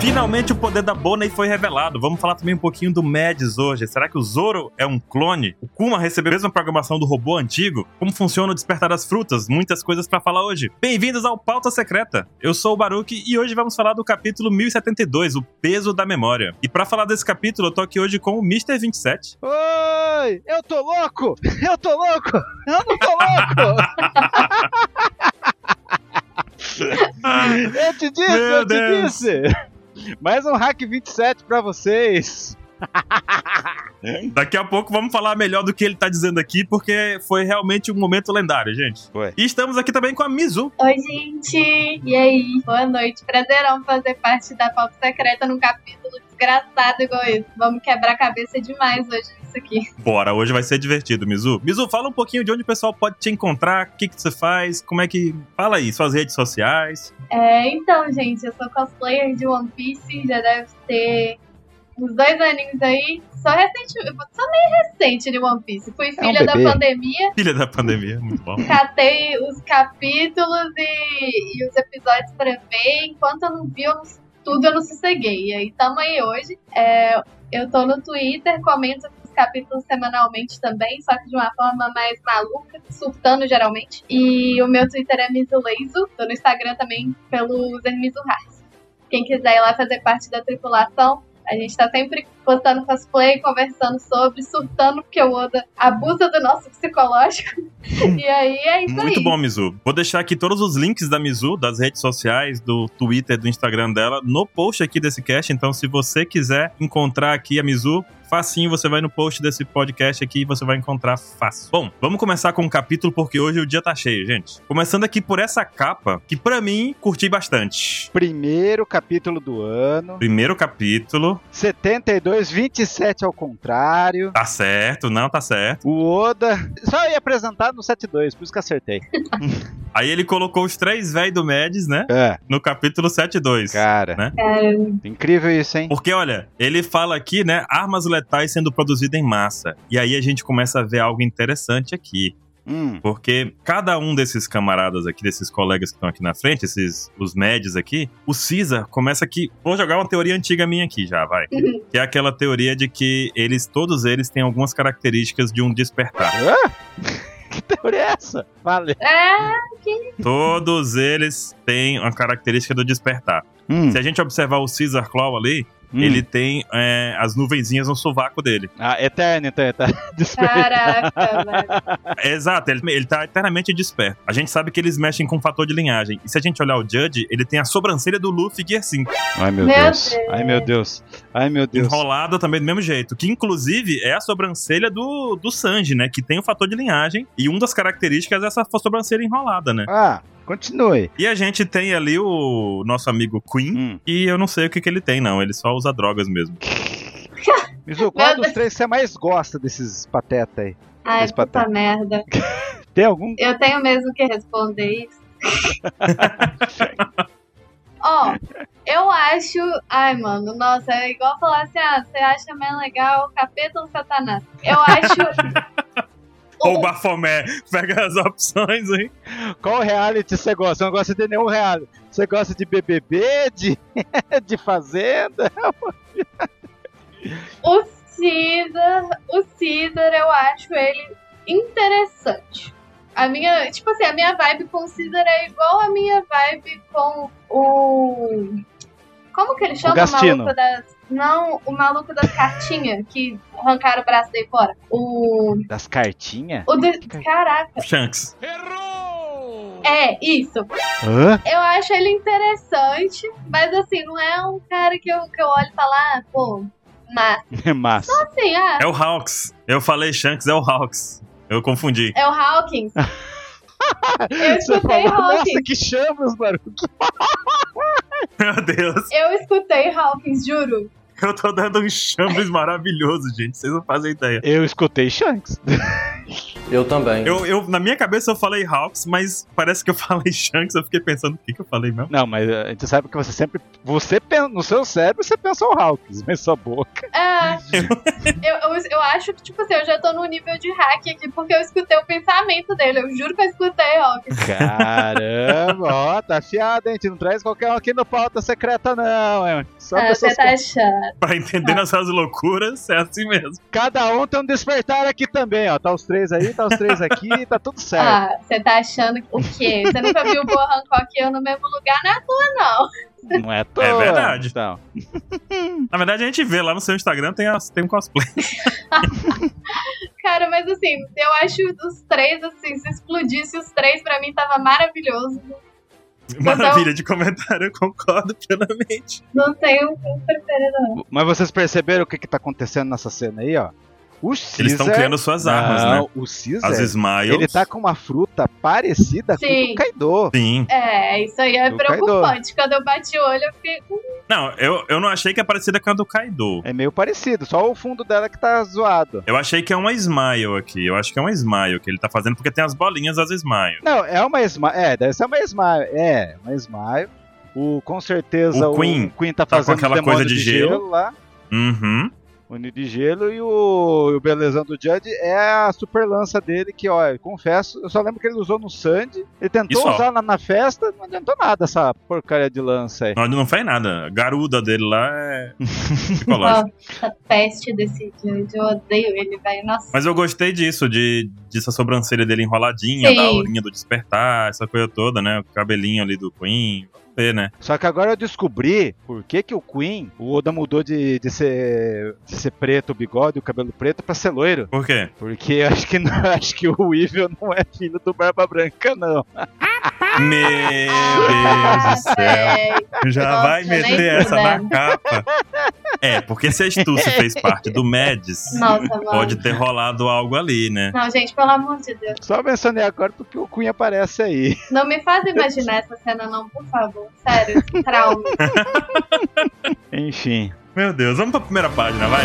Finalmente o poder da Bonnie foi revelado. Vamos falar também um pouquinho do Mads hoje. Será que o Zoro é um clone? O Kuma recebeu a mesma programação do robô antigo? Como funciona o despertar das frutas? Muitas coisas para falar hoje. Bem-vindos ao Pauta Secreta. Eu sou o Baruki e hoje vamos falar do capítulo 1072, O Peso da Memória. E para falar desse capítulo, eu tô aqui hoje com o Mr. 27. Oi! Eu tô louco! Eu tô louco! Eu não tô louco! eu te disse, Meu eu Deus. te disse! Mais um Hack 27 pra vocês! Daqui a pouco vamos falar melhor do que ele tá dizendo aqui, porque foi realmente um momento lendário, gente. Foi. E estamos aqui também com a Mizu. Oi, gente! E aí? Boa noite. Prazerão fazer parte da pauta secreta num capítulo desgraçado igual esse. Vamos quebrar a cabeça demais hoje nisso aqui. Bora, hoje vai ser divertido, Mizu. Mizu, fala um pouquinho de onde o pessoal pode te encontrar, o que, que você faz, como é que. Fala aí, suas redes sociais. É, então, gente, eu sou cosplayer de One Piece, já deve ter uns dois aninhos aí. Só recente, só meio recente de One Piece. Fui um filha da bebê. pandemia, Filha da pandemia, muito bom. É catei os capítulos e, e os episódios pra ver. Enquanto eu não vi eu não- tudo, eu não sosseguei. E aí, tamo aí hoje. É, eu tô no Twitter, comento os capítulos semanalmente também, só que de uma forma mais maluca, surtando geralmente. E o meu Twitter é Mizuleizo. Tô no Instagram também pelo user Mizuhars. Quem quiser ir lá fazer parte da tripulação, a gente tá sempre postando cosplay, conversando sobre, surtando, porque o Oda abusa do nosso psicológico. e aí é isso Hum. Muito aí. bom, Mizu. Vou deixar aqui todos os links da Mizu, das redes sociais, do Twitter, do Instagram dela, no post aqui desse cast. Então, se você quiser encontrar aqui a Mizu, facinho, você vai no post desse podcast aqui e você vai encontrar fácil. Bom, vamos começar com o capítulo, porque hoje o dia tá cheio, gente. Começando aqui por essa capa, que pra mim, curti bastante. Primeiro capítulo do ano, Primeiro capítulo, 72, 27 ao contrário. tá certo, não tá certo. O Oda. Só ia apresentar no 72, por isso que acertei. Aí ele colocou os três véi do Mads, né? É, No capítulo 7.2. cara. Né? Incrível isso, hein? Porque, olha, ele fala aqui, né? Armas letais sendo produzidas em massa. E aí a gente começa a ver algo interessante aqui. Hum. Porque cada um desses camaradas aqui, desses colegas que estão aqui na frente, esses os médios aqui, o Caesar começa que. Vou jogar uma teoria antiga minha aqui já, vai. Que é aquela teoria de que eles, todos eles, têm algumas características de um despertar. Que teoria é essa? Valeu. É, todos eles têm uma característica do despertar. Hum, Se a gente observar o Caesar Claw ali, hum. ele tem é, as nuvenzinhas no sovaco dele. Ah, eterno, então, eterno. caraca, velho. Exato, ele, ele tá eternamente desperto. A gente sabe que eles mexem com o fator de linhagem. E se a gente olhar o Judge, ele tem a sobrancelha do Luffy Gear 5, Ai, meu, Meu Deus. Deus. Ai, meu Deus. Ai, meu Deus. enrolada também do mesmo jeito. Que inclusive é a sobrancelha do, do Sanji, né? Que tem o fator de linhagem. E uma das características é essa sobrancelha enrolada, né? Ah, continue. E a gente tem ali o nosso amigo Queen. Hum. E eu não sei o que, que ele tem, não. Ele só usa drogas mesmo. Mizu, qual Meu dos três você mais gosta desses pateta aí? Ai, Esse papel. puta merda. Tem algum? Eu tenho mesmo que responder isso. Ó, eu acho. Ai, mano, nossa, é igual falar assim: ah, você acha mais legal o capeta ou o satanás? Eu acho. Oh. Ou o Bafomé. Pega as opções, hein? Qual reality você gosta? Você não gosta de nenhum reality. Você gosta de BBB, de, de Fazenda? O Caesar, o Caesar, eu acho ele interessante. A minha, tipo assim, a minha vibe com o Caesar é igual a minha vibe com o Como que ele chama Gastino. maluco das Não, o maluco das cartinhas que arrancaram o braço daí fora. O Das cartinhas? o do... caraca, Shanks. é isso. Hã? Eu acho ele interessante, mas assim, não é um cara que eu, que eu olho e falo, ah, pô, mas É massa. assim, ah, É o Hawks. Eu falei Shanks, é o Hawks. Eu confundi. é o Hawkins. Eu Você escutei falou, Hawkins. Nossa, que chamas, mano. Meu Deus. Eu escutei Hawkins, juro. Eu tô dando um chambres maravilhoso, gente. Vocês não fazem ideia. Eu escutei Shanks. Eu também. Eu, eu, na minha cabeça eu falei Hawks, mas parece que eu falei Shanks. Eu fiquei pensando o que, que eu falei mesmo. Não, mas eh, a gente sabe que você sempre. Você pen- no seu cérebro você pensou Hawks, mas sua boca. É, eu, eu, eu acho que, tipo assim, eu já tô num nível de hack aqui, porque eu escutei o pensamento dele. Eu juro que eu escutei, ó. Caramba, ó, tá afiado, hein? A gente não traz qualquer um aqui no pauta secreta, não. É só É, pessoas. você tá achando. Pra É. entender nossas loucuras, é assim mesmo. Cada um tem um despertar aqui também, ó. Tá os três aí, tá os três aqui, tá tudo certo. Ah, você tá achando o quê? Você nunca viu o Boa Hancock e eu no mesmo lugar na tua, não. Não é todo. verdade. Então. Na verdade, a gente vê lá no seu Instagram tem, as, tem um cosplay. Cara, mas assim, eu acho os três, assim, se explodisse os três, pra mim tava maravilhoso. Então- Maravilha de comentário, eu concordo plenamente. Não tenho um preferido. Mas vocês perceberam o que, que tá acontecendo nessa cena aí, ó? O Caesar... Eles estão criando suas armas, é- não, né? O Caesar, As Smiles. ele tá com uma fruta parecida com Sim. o do Kaido. Sim. É, isso aí é Do preocupante. Quando eu bati o olho, eu fiquei. "Hum, Não, eu, eu não achei que é parecida com a do Kaido. É meio parecido, só o fundo dela que tá zoado. Eu achei que é uma Smile aqui. Eu acho que é uma Smile que ele tá fazendo, porque tem as bolinhas das Smile. Não, é uma Smile. É, deve ser uma Smile. É, uma Smile. O, com certeza O o Queen Queen, tá com fazendo aquela o demônio coisa de gelo. lá. Uhum. O Nid de gelo e o, e o belezão do Judge é a super lança dele que, ó, eu confesso, eu só lembro que ele usou no Sandy. Ele E tentou só. usar na, na festa, não adiantou nada essa porcaria de lança aí. Não, ele não faz nada. A garuda dele lá é psicológica. Nossa, a peste desse Judge, eu odeio ele, velho. Nossa. Mas eu gostei disso, de, dessa sobrancelha dele enroladinha, Sim. da aurinha do despertar, essa coisa toda, né? O cabelinho ali do Queen. Vamos ver, né? Só que agora eu descobri por que, que o Queen, o Oda mudou de, de, ser, de ser preto o bigode, o cabelo preto, pra ser loiro. Por quê? Porque eu acho que, não, acho que o Evil não é filho do Barba Branca, não. Meu Deus do céu. velho. Já Nossa, vai nem meter essa na fudendo. capa. É, porque se a Stussy fez parte do Mads, Nossa, mano. pode ter rolado algo ali, né? Não, gente, pelo amor de Deus. Só mencionei agora porque o Queen aparece aí. Não me faz imaginar essa cena, não, por favor. Sério, esse trauma. Enfim. Meu Deus, vamos pra primeira página, vai.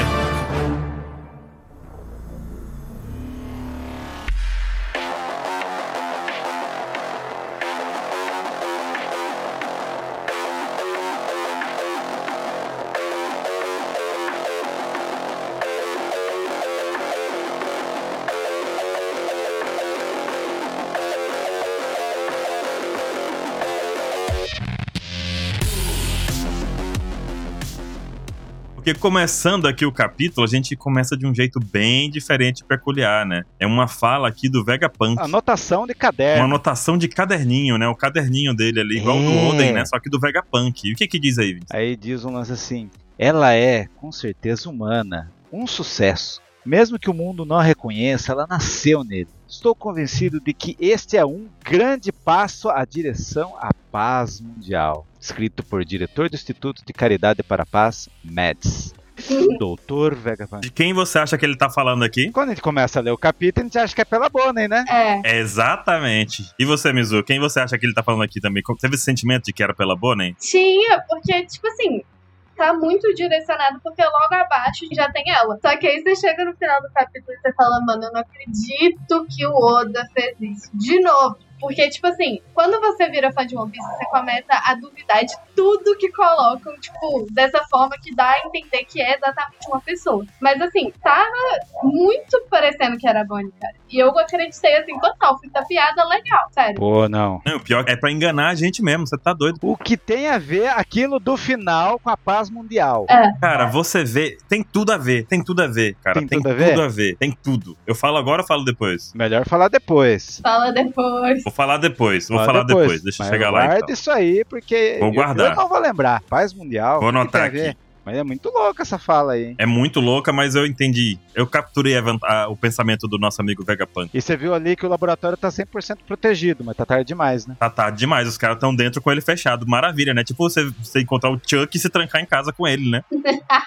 Porque começando aqui o capítulo, a gente começa de um jeito bem diferente e peculiar, né? É uma fala aqui do Ah, Vegapunk. Anotação de Uma caderno. anotação de caderninho, né? O caderninho dele ali, igual do É. Oden, né? Só que do Vegapunk. E o que que diz aí, Vinícius? Aí diz um lance assim: ela é, com certeza, humana, um sucesso. Mesmo que o mundo não a reconheça, ela nasceu nele. Estou convencido de que este é um grande passo à direção à paz mundial. Escrito por diretor do Instituto de Caridade para a Paz, MEDS. Doutor Vegapunk. De quem você acha que ele tá falando aqui? Quando a gente começa a ler o capítulo, a gente acha que é pela Bonnie, né? É. Exatamente. E você, Mizu, quem você acha que ele tá falando aqui também? Como- Teve esse sentimento de que era pela né? Bonnie? Tinha, porque, tipo assim, tá muito direcionado, porque logo abaixo já tem ela. Só que aí você chega no final do capítulo e você fala, mano, eu não acredito que o Oda fez isso. De novo. Porque, tipo assim, quando você vira fã de One Piece, você começa a duvidar de tudo que colocam, tipo, dessa forma que dá a entender que é exatamente uma pessoa. Mas, assim, tava muito parecendo que era a Bonnie, cara. E eu acreditei, assim, total. Fui tapeada legal, sério. Pô, não. Não, o pior é pra enganar a gente mesmo, você tá doido. O que tem a ver aquilo do final com a paz mundial? Cara, você vê, tem tudo a ver, tem tudo a ver, cara. Tem Tem, tudo a ver? tudo a ver, tem tudo. Eu falo agora ou falo depois? Melhor falar depois. Fala depois. Vou falar depois, vou falar depois, deixa eu Mas chegar lá. guarda então. isso aí, porque Vou eu- guardar. eu não vou lembrar. Paz mundial. Vou o que que anotar tem a ver? aqui. Mas é muito louca essa fala aí, hein? É muito louca, mas eu entendi. Eu capturei a vanta- a- o pensamento do nosso amigo Vegapunk. E você viu ali que o laboratório tá 100% protegido, mas tá tarde demais, né? Tá tarde demais, os caras estão dentro com ele fechado. Maravilha, né? Tipo você, você encontrar o Chuck e se trancar em casa com ele, né?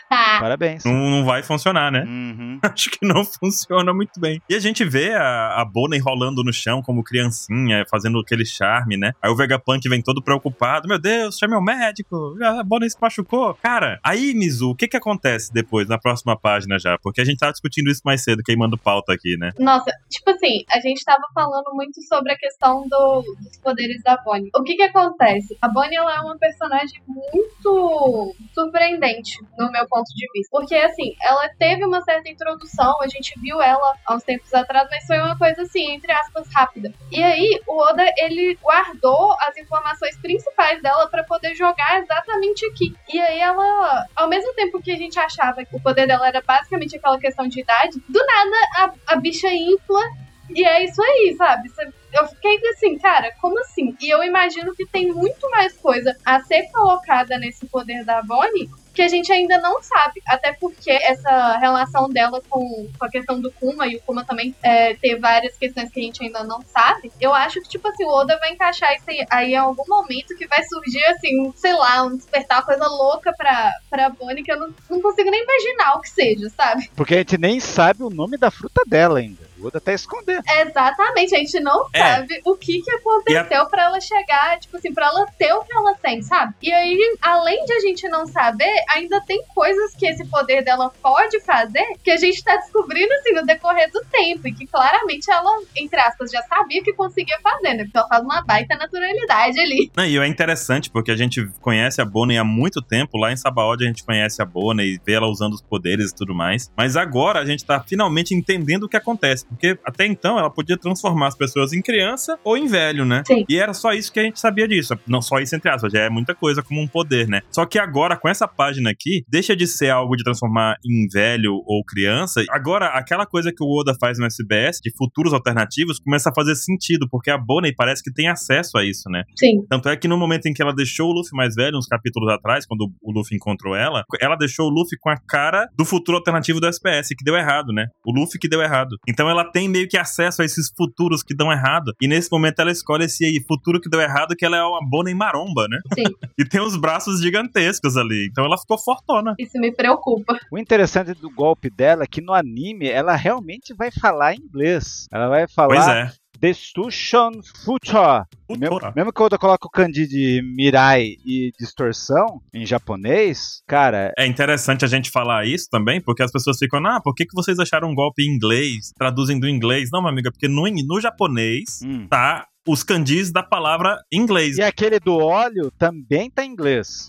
Parabéns. Não, não vai funcionar, né? Uhum. Acho que não funciona muito bem. E a gente vê a, a Bona enrolando no chão como criancinha, fazendo aquele charme, né? um Ah, Aí o Vegapunk vem todo preocupado. Meu Deus, chame o médico. A Bona se machucou. Cara, aí aí, Mizu, o que que acontece depois, na próxima página já? Porque a gente tava discutindo isso mais cedo, queimando pauta aqui, né? Nossa, tipo assim, a gente tava falando muito sobre a questão do- dos poderes da Bonnie. O que que acontece? A Bonnie, ela é uma personagem muito surpreendente, no meu ponto de vista. Porque, assim, ela teve uma certa introdução, a gente viu ela há uns tempos atrás, mas foi uma coisa, assim, entre aspas, rápida. E aí, o Oda, ele guardou as informações principais dela pra poder jogar exatamente aqui. E aí, ela, ao mesmo tempo que a gente achava que o poder dela era basicamente aquela questão de idade, do nada a, a bicha infla e é isso aí, sabe? Cê- Eu fiquei assim, cara, como assim? E eu imagino que tem muito mais coisa a ser colocada nesse poder da Bonnie que a gente ainda não sabe. Até porque essa relação dela com, com a questão do Kuma e o Kuma também é, ter várias questões que a gente ainda não sabe. Eu acho que, tipo assim, o Oda vai encaixar isso aí, aí em algum momento que vai surgir, assim, um, sei lá, um despertar, uma coisa louca pra, pra Bonnie que eu não, não consigo nem imaginar o que seja, sabe? Porque a gente nem sabe o nome da fruta dela ainda. O Oda tá escondendo. Exatamente, a gente não É. sabe o que que aconteceu pra ela chegar, tipo assim, pra ela ter o que ela tem, sabe? E aí, além de a gente não saber, ainda tem coisas que esse poder dela pode fazer que a gente tá descobrindo, assim, no decorrer do tempo. E que claramente ela, entre aspas, já sabia que conseguia fazer, né? Porque ela faz uma baita naturalidade ali. Não, e é interessante porque a gente conhece a Bonnie há muito tempo. Lá em Sabaody a gente conhece a Bonnie e vê ela usando os poderes e tudo mais. Mas agora a gente tá finalmente entendendo o que acontece. Porque até então ela podia transformar as pessoas em criança ou em velho, né? Sim. E era só isso que a gente sabia disso. Não só isso, entre aspas, já é muita coisa como um poder, né? Só que agora, com essa página aqui, deixa de ser algo de transformar em velho ou criança. Agora, aquela coisa que o Oda faz no SBS, de futuros alternativos, começa a fazer sentido, porque a Bonnie parece que tem acesso a isso, né? Sim. Tanto é que no momento em que ela deixou o Luffy mais velho, uns capítulos atrás, quando o Luffy encontrou ela, ela deixou o Luffy com a cara do futuro alternativo do SPS, que deu errado, né? O Luffy que deu errado. Então ela tem meio que acesso a esses futuros que dão errado. E nesse momento ela escolhe esse aí, futuro que deu errado, que ela é uma bona em maromba, né? Sim. e tem os braços gigantescos ali. Então ela ficou fortona. Isso me preocupa. O interessante do golpe dela é que no anime ela realmente vai falar em inglês. Ela vai Pois falar é. Destruction Future. Mesmo, Futura. mesmo que eu coloco o kanji de Mirai e distorção em japonês, cara, É interessante a gente falar isso também, porque as pessoas ficam, ah, por que, que vocês acharam um golpe em inglês? Traduzem do inglês. Não, minha amiga, porque no, in- no japonês hum. tá os candis da palavra em inglês. E aquele do óleo também tá em inglês.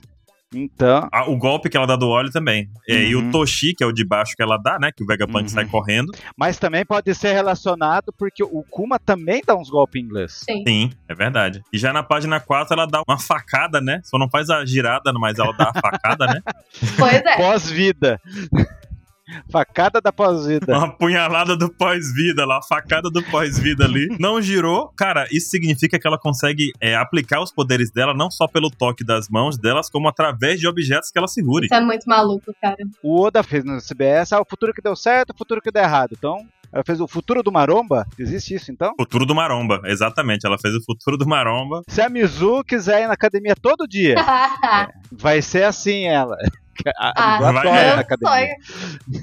Então, Ah, O golpe que ela dá do óleo também. É, E Uhum. o Toshi, que é o de baixo que ela dá, né? Que o Vegapunk Uhum. sai correndo. mas também pode ser relacionado porque o Kuma também dá uns golpes em inglês. Sim. Sim, é verdade. E já na página 4 ela dá uma facada, né? Só não faz a girada, mas ela dá a facada, né? Pois é. Pós-vida. Facada da pós-vida. Uma punhalada do pós-vida lá, a facada do pós-vida ali. Não girou. Cara, isso significa que ela consegue é, aplicar os poderes dela não só pelo toque das mãos delas, como através de objetos que ela segure. Isso é muito maluco, cara. O Oda fez no CBS, ah, o futuro que deu certo, o futuro que deu errado. Então, ela fez o futuro do Maromba? Existe isso então? Futuro do Maromba, exatamente. Ela fez o futuro do Maromba Se a Mizu quiser ir na academia todo dia, É. vai ser assim ela. A Ah, Mizu adora ir vai- na meu academia. sonho.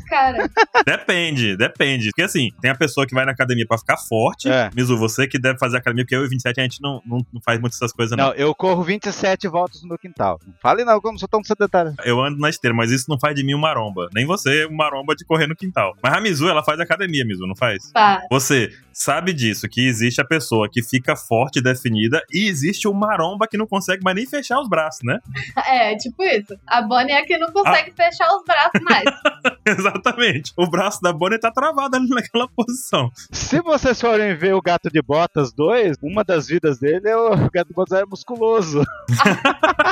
Cara, Depende, depende. Porque assim, tem a pessoa que vai na academia pra ficar forte. É. Mizu, você que deve fazer academia, porque eu e 27 a gente não, não, não faz muito essas coisas, não. Não, eu corro 27 voltas no meu quintal. Não fale não, que eu não sou tão sedentário. Eu ando na esteira, mas isso não faz de mim um maromba. Nem você é um maromba de correr no quintal. Mas a Mizu, ela faz academia, Mizu, não faz? pá. Você sabe disso, que existe a pessoa que fica forte e definida e existe o maromba que não consegue mais nem fechar os braços, né? É, tipo isso. A Bonnie é que não consegue fechar os braços mais. Exatamente. O braço da Bonnie tá travado ali naquela posição. Se vocês forem ver o Gato de Botas 2, uma das vidas dele é o Gato de Botas era musculoso.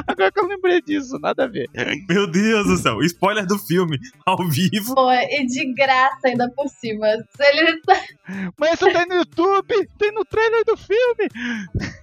Agora que eu lembrei disso, nada a ver. Meu Deus do céu. Spoiler do filme, ao vivo. Pô, e de graça ainda por cima. Se Ele... Mas isso tem no YouTube, tem no trailer do filme.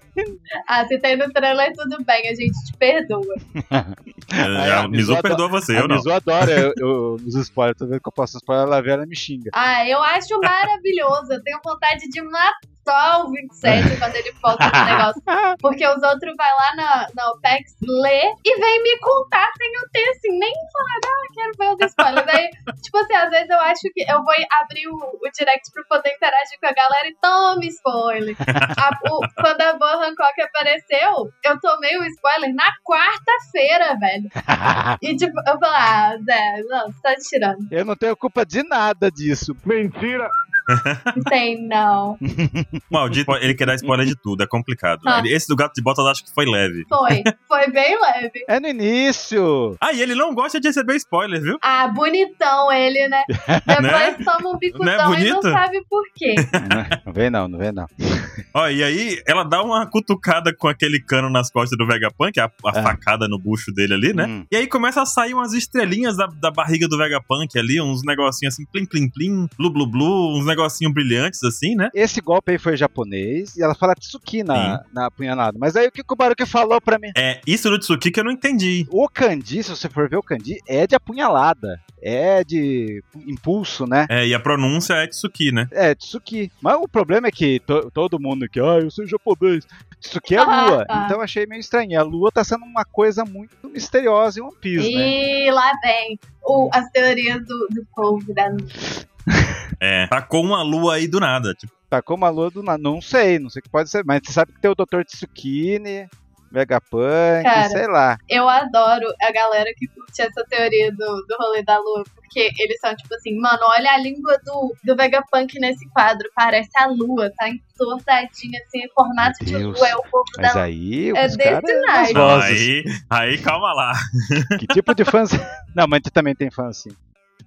Ah, se tem no trailer, tudo bem, a gente te perdoa. Aí, É, a a Mizu Mizu perdoa você, a eu não. Mizu adora eu, eu- os spoilers. Toda vez que eu posso spoiler, ela vê, ela me xinga. Ah, eu acho maravilhoso. Eu tenho vontade de matar só o 27 quando ele volta pro negócio. Porque os outros vai lá na, na OPEX, lê e vem me contar sem eu ter, assim, nem falar, ah, quero ver os spoilers. Aí, tipo assim, às vezes eu acho que eu vou abrir o, o direct pra poder interagir com a galera e tome spoiler. A- o- quando a Boa Hancock apareceu, eu tomei o spoiler na quarta-feira, velho. E tipo, eu falei, ah, Zé, não, você tá tirando. Eu não tenho culpa de nada disso. Mentira! Não tem, não. Maldito, ele quer dar spoiler de tudo, é complicado. Ah. Esse do gato de botas eu acho que foi leve. Foi. Foi bem leve. É no início. Ah, e ele não gosta de receber spoiler, viu? Ah, bonitão ele, né? É, Depois toma um bicudão e não bonito? sabe por quê. não vem não, não vem não. Ó, e aí ela dá uma cutucada com aquele cano nas costas do Vegapunk, a, a Ah. facada no bucho dele ali, né? Hum. E aí começa a sair umas estrelinhas da, da barriga do Vegapunk ali, uns negocinhos assim, plim, plim, plim, blu, blu, blu, uns negocinhos brilhantes assim, né? Esse golpe aí foi japonês e ela fala Tsuki na, na apunhalada. Mas aí o que que o Baruki falou pra mim? É, isso do Tsuki que eu não entendi. O Kandi, se você for ver o Kandi, é de apunhalada. É de impulso, né? É, e a pronúncia é Tsuki, né? É, Tsuki. Mas o problema é que to- todo mundo que, ah, eu sou japonês. Tsuki é lua. Ah, ah. Então eu achei meio estranho. A lua tá sendo uma coisa muito misteriosa em One Piece, né? E lá vem o- as teorias do, do povo né? da É, tacou uma lua aí do nada, tipo, Tacou uma Tá lua do nada. Não sei, não sei o que pode ser. Mas você sabe que tem o Dr. Tsukine, Vegapunk, Cara. sei lá. Eu adoro a galera que curte essa teoria do, do rolê da lua, porque eles são tipo assim, mano, olha a língua do, do Vegapunk nesse quadro, parece a lua, tá entortadinha assim, em formato de Meu Deus. lua, é o povo da Mas lua. aí É os caras... desse as naipe. Não, vozes. aí, aí calma lá. Que tipo de fãs... não, mas tu também tem fã assim.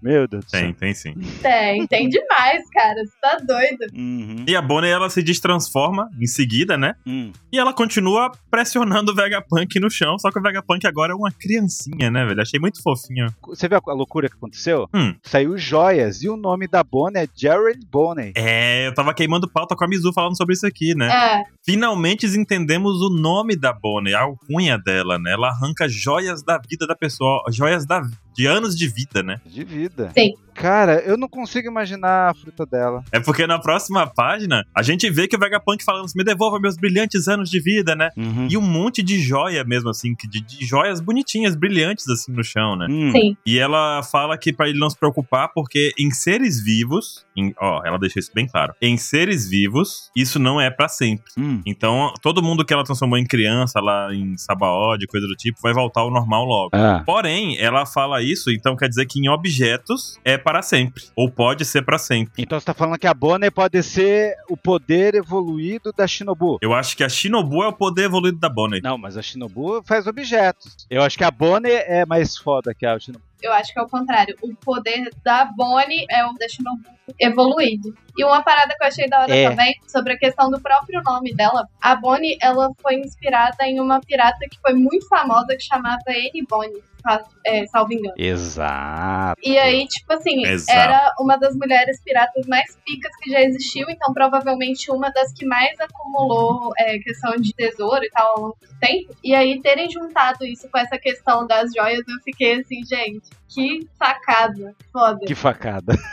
Meu Deus do Tem, céu. tem sim. é Tem, tem demais, cara, você tá doido. Uhum, E a Bonnie, ela se destransforma em seguida, né? uhum. E ela continua pressionando o Vegapunk no chão, só que o Vegapunk agora é uma criancinha, né, velho? Achei muito fofinho. Você viu a a loucura que aconteceu? Hum. Saiu joias e o nome da Bonnie é Jared Bonnie. É, eu tava queimando pauta com a Mizu falando sobre isso aqui, né? É, Finalmente entendemos o nome da Bonnie, a alcunha dela, né? Ela arranca joias da vida da pessoa, joias da- de anos de vida, né? De vida. Sim. Cara, eu não consigo imaginar a fruta dela. É porque na próxima página a gente vê que o Vegapunk falando assim: me devolva meus brilhantes anos de vida, né? Uhum. E um monte de joia mesmo, assim, que de, de joias bonitinhas, brilhantes, assim, no chão, né? Hum. sim. E ela fala que pra ele não se preocupar, porque em seres vivos, em- ó, ela deixou isso bem claro. Em seres vivos, isso não é pra sempre. Hum. Então, todo mundo que ela transformou em criança lá em Sabaó, de coisa do tipo, vai voltar ao normal logo. Ah. Porém, ela fala isso, então quer dizer que em objetos é para sempre. Ou pode ser para sempre. Então você tá falando que a Bonnie pode ser o poder evoluído da Shinobu. Eu acho que a Shinobu é o poder evoluído da Bonnie. Não, mas a Shinobu faz objetos. Eu acho que a Bonnie é mais foda que a Shinobu. Eu acho que é o contrário. O poder da Bonnie é o da Shinobu evoluído. E uma parada que eu achei da hora É. também, sobre a questão do próprio nome dela. A Bonnie, ela foi inspirada em uma pirata que foi muito famosa, que chamava Anne Bonnie, fa- é, salvo engano. Exato. E aí, tipo assim, Exato. era uma das mulheres piratas mais picas que já existiu, então provavelmente uma das que mais acumulou é, questão de tesouro e tal ao longo do tempo. E aí, terem juntado isso com essa questão das joias, eu fiquei assim, gente, que sacada. Foda. Que facada.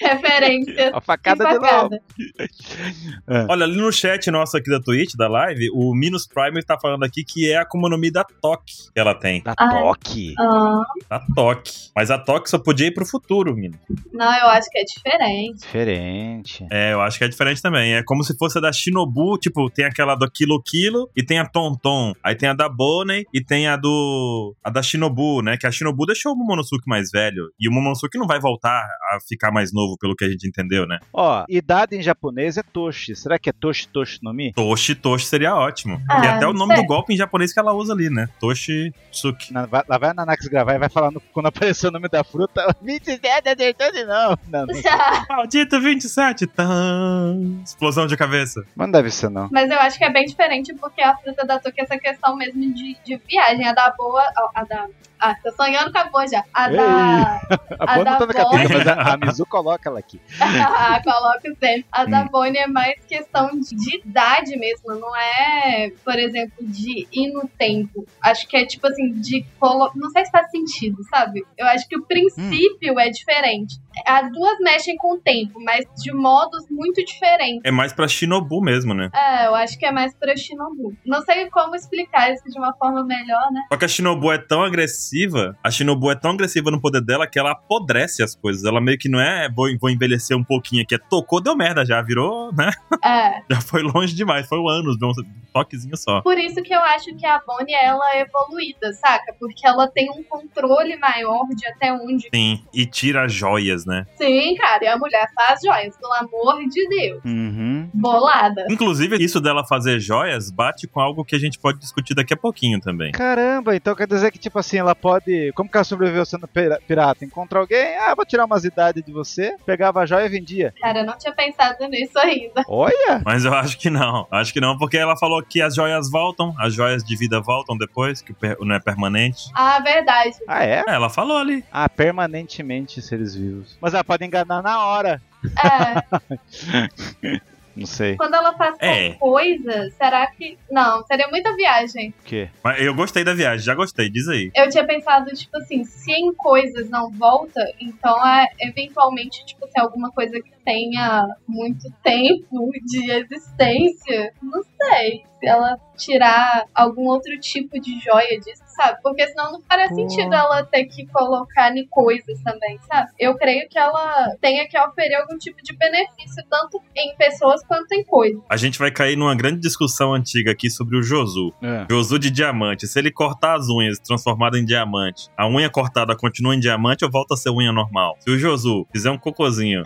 Referência. A Que facada de Lau. sacada. Olha, ali no chat nosso aqui da Twitch, da live, o Minus Prime tá falando aqui que é a Akuma no Mi da Toque que ela tem. Da Ai. Toque. Ah, Da Toque. Mas a Toque só podia ir pro futuro, menino. não, eu acho que é diferente. Diferente. É, eu acho que é diferente também. É como se fosse a da Shinobu, tipo, tem aquela do Kilo Kilo e tem a Tonton. Aí tem a da Bonnie e tem a do. a da Shinobu, né? Que a Shinobu deixou o Momonosuke mais velho. E o Momonosuke não vai voltar a ficar mais novo, pelo que a gente entendeu, né? Ó, idade em japonês é Toshi. Será que é Toshi Toshi no Mi? Toshi Toshi seria ótimo. e Ah, até o não nome sei. do golpe em japonês que ela usa ali, né? Toshi Tsuki. Na- vai- lá vai a Nanax gravar e vai falar no- quando aparecer o nome da fruta. ela, 27 acertando não. Não, não. Maldito 27! Tã. Explosão de cabeça. Mas não deve ser, não. Mas eu acho que é bem diferente porque a fruta da Tuca é essa questão mesmo de, de viagem. A da boa. ó, A da. Ah, tô sonhando com a boa já. A da. A Bonnie não tá na da Bonnie. cabeça, mas a, a Mizu coloca ela aqui. Ah, Coloca sempre. A da Bonnie é mais questão de, de idade mesmo, não é, por exemplo, de ir no tempo. Acho que é tipo assim, de colo... Não sei se faz sentido, sabe? Eu acho que o princípio é diferente. As duas mexem com o tempo, mas de modos muito diferentes. É mais pra Shinobu mesmo, né? É, eu acho que é mais pra Shinobu. Não sei como explicar isso de uma forma melhor, né? Só que a Shinobu é tão agressiva, a Shinobu é tão agressiva no poder dela que ela apodrece as coisas. Ela meio que não é, vou, vou envelhecer um pouquinho aqui, é tocou, deu merda já, virou, né? É. Já foi longe demais, foi um ano, deu um toquezinho só. Por isso que eu acho que a Bonnie, ela é evoluída, saca? Porque ela tem um controle maior de até onde. Sim, e tira joias, né? Sim, cara, e a mulher faz joias, pelo amor de Deus. Uhum. Bolada. Inclusive, isso dela fazer joias bate com algo que a gente pode discutir daqui a pouquinho também. Caramba, então quer dizer que, tipo assim, ela pode. Como que ela sobreviveu sendo pira- pirata? Encontra alguém, ah, vou tirar umas idades de você, pegava a joia e vendia. Cara, eu não tinha pensado nisso ainda. Olha! Mas eu acho que não. Acho que não, porque ela falou que as joias voltam, as joias de vida voltam depois, que o per- não é permanente. Ah, verdade. Ah, é? É, ela falou ali. Ah, permanentemente seres vivos. Mas ela pode enganar na hora. É, Não sei quando ela faz É. tal coisa, será que. Não, seria muita viagem. o quê. Mas eu gostei da viagem, já gostei, diz aí. Eu tinha pensado, tipo assim, se em coisas não volta, então é eventualmente, tipo assim, alguma coisa que tenha muito tempo de existência. Não sei. Se ela tirar algum outro tipo de joia disso, sabe? Porque senão não faria Pô. sentido ela ter que colocar em coisas também, sabe? Eu creio que ela tenha que oferecer algum tipo de benefício, tanto em pessoas quanto em coisas. A gente vai cair numa grande discussão antiga aqui sobre o Josu. É. Josu de diamante. Se ele cortar as unhas transformada em diamante, a unha cortada continua em diamante ou volta a ser unha normal? Se o Josu fizer um cocôzinho,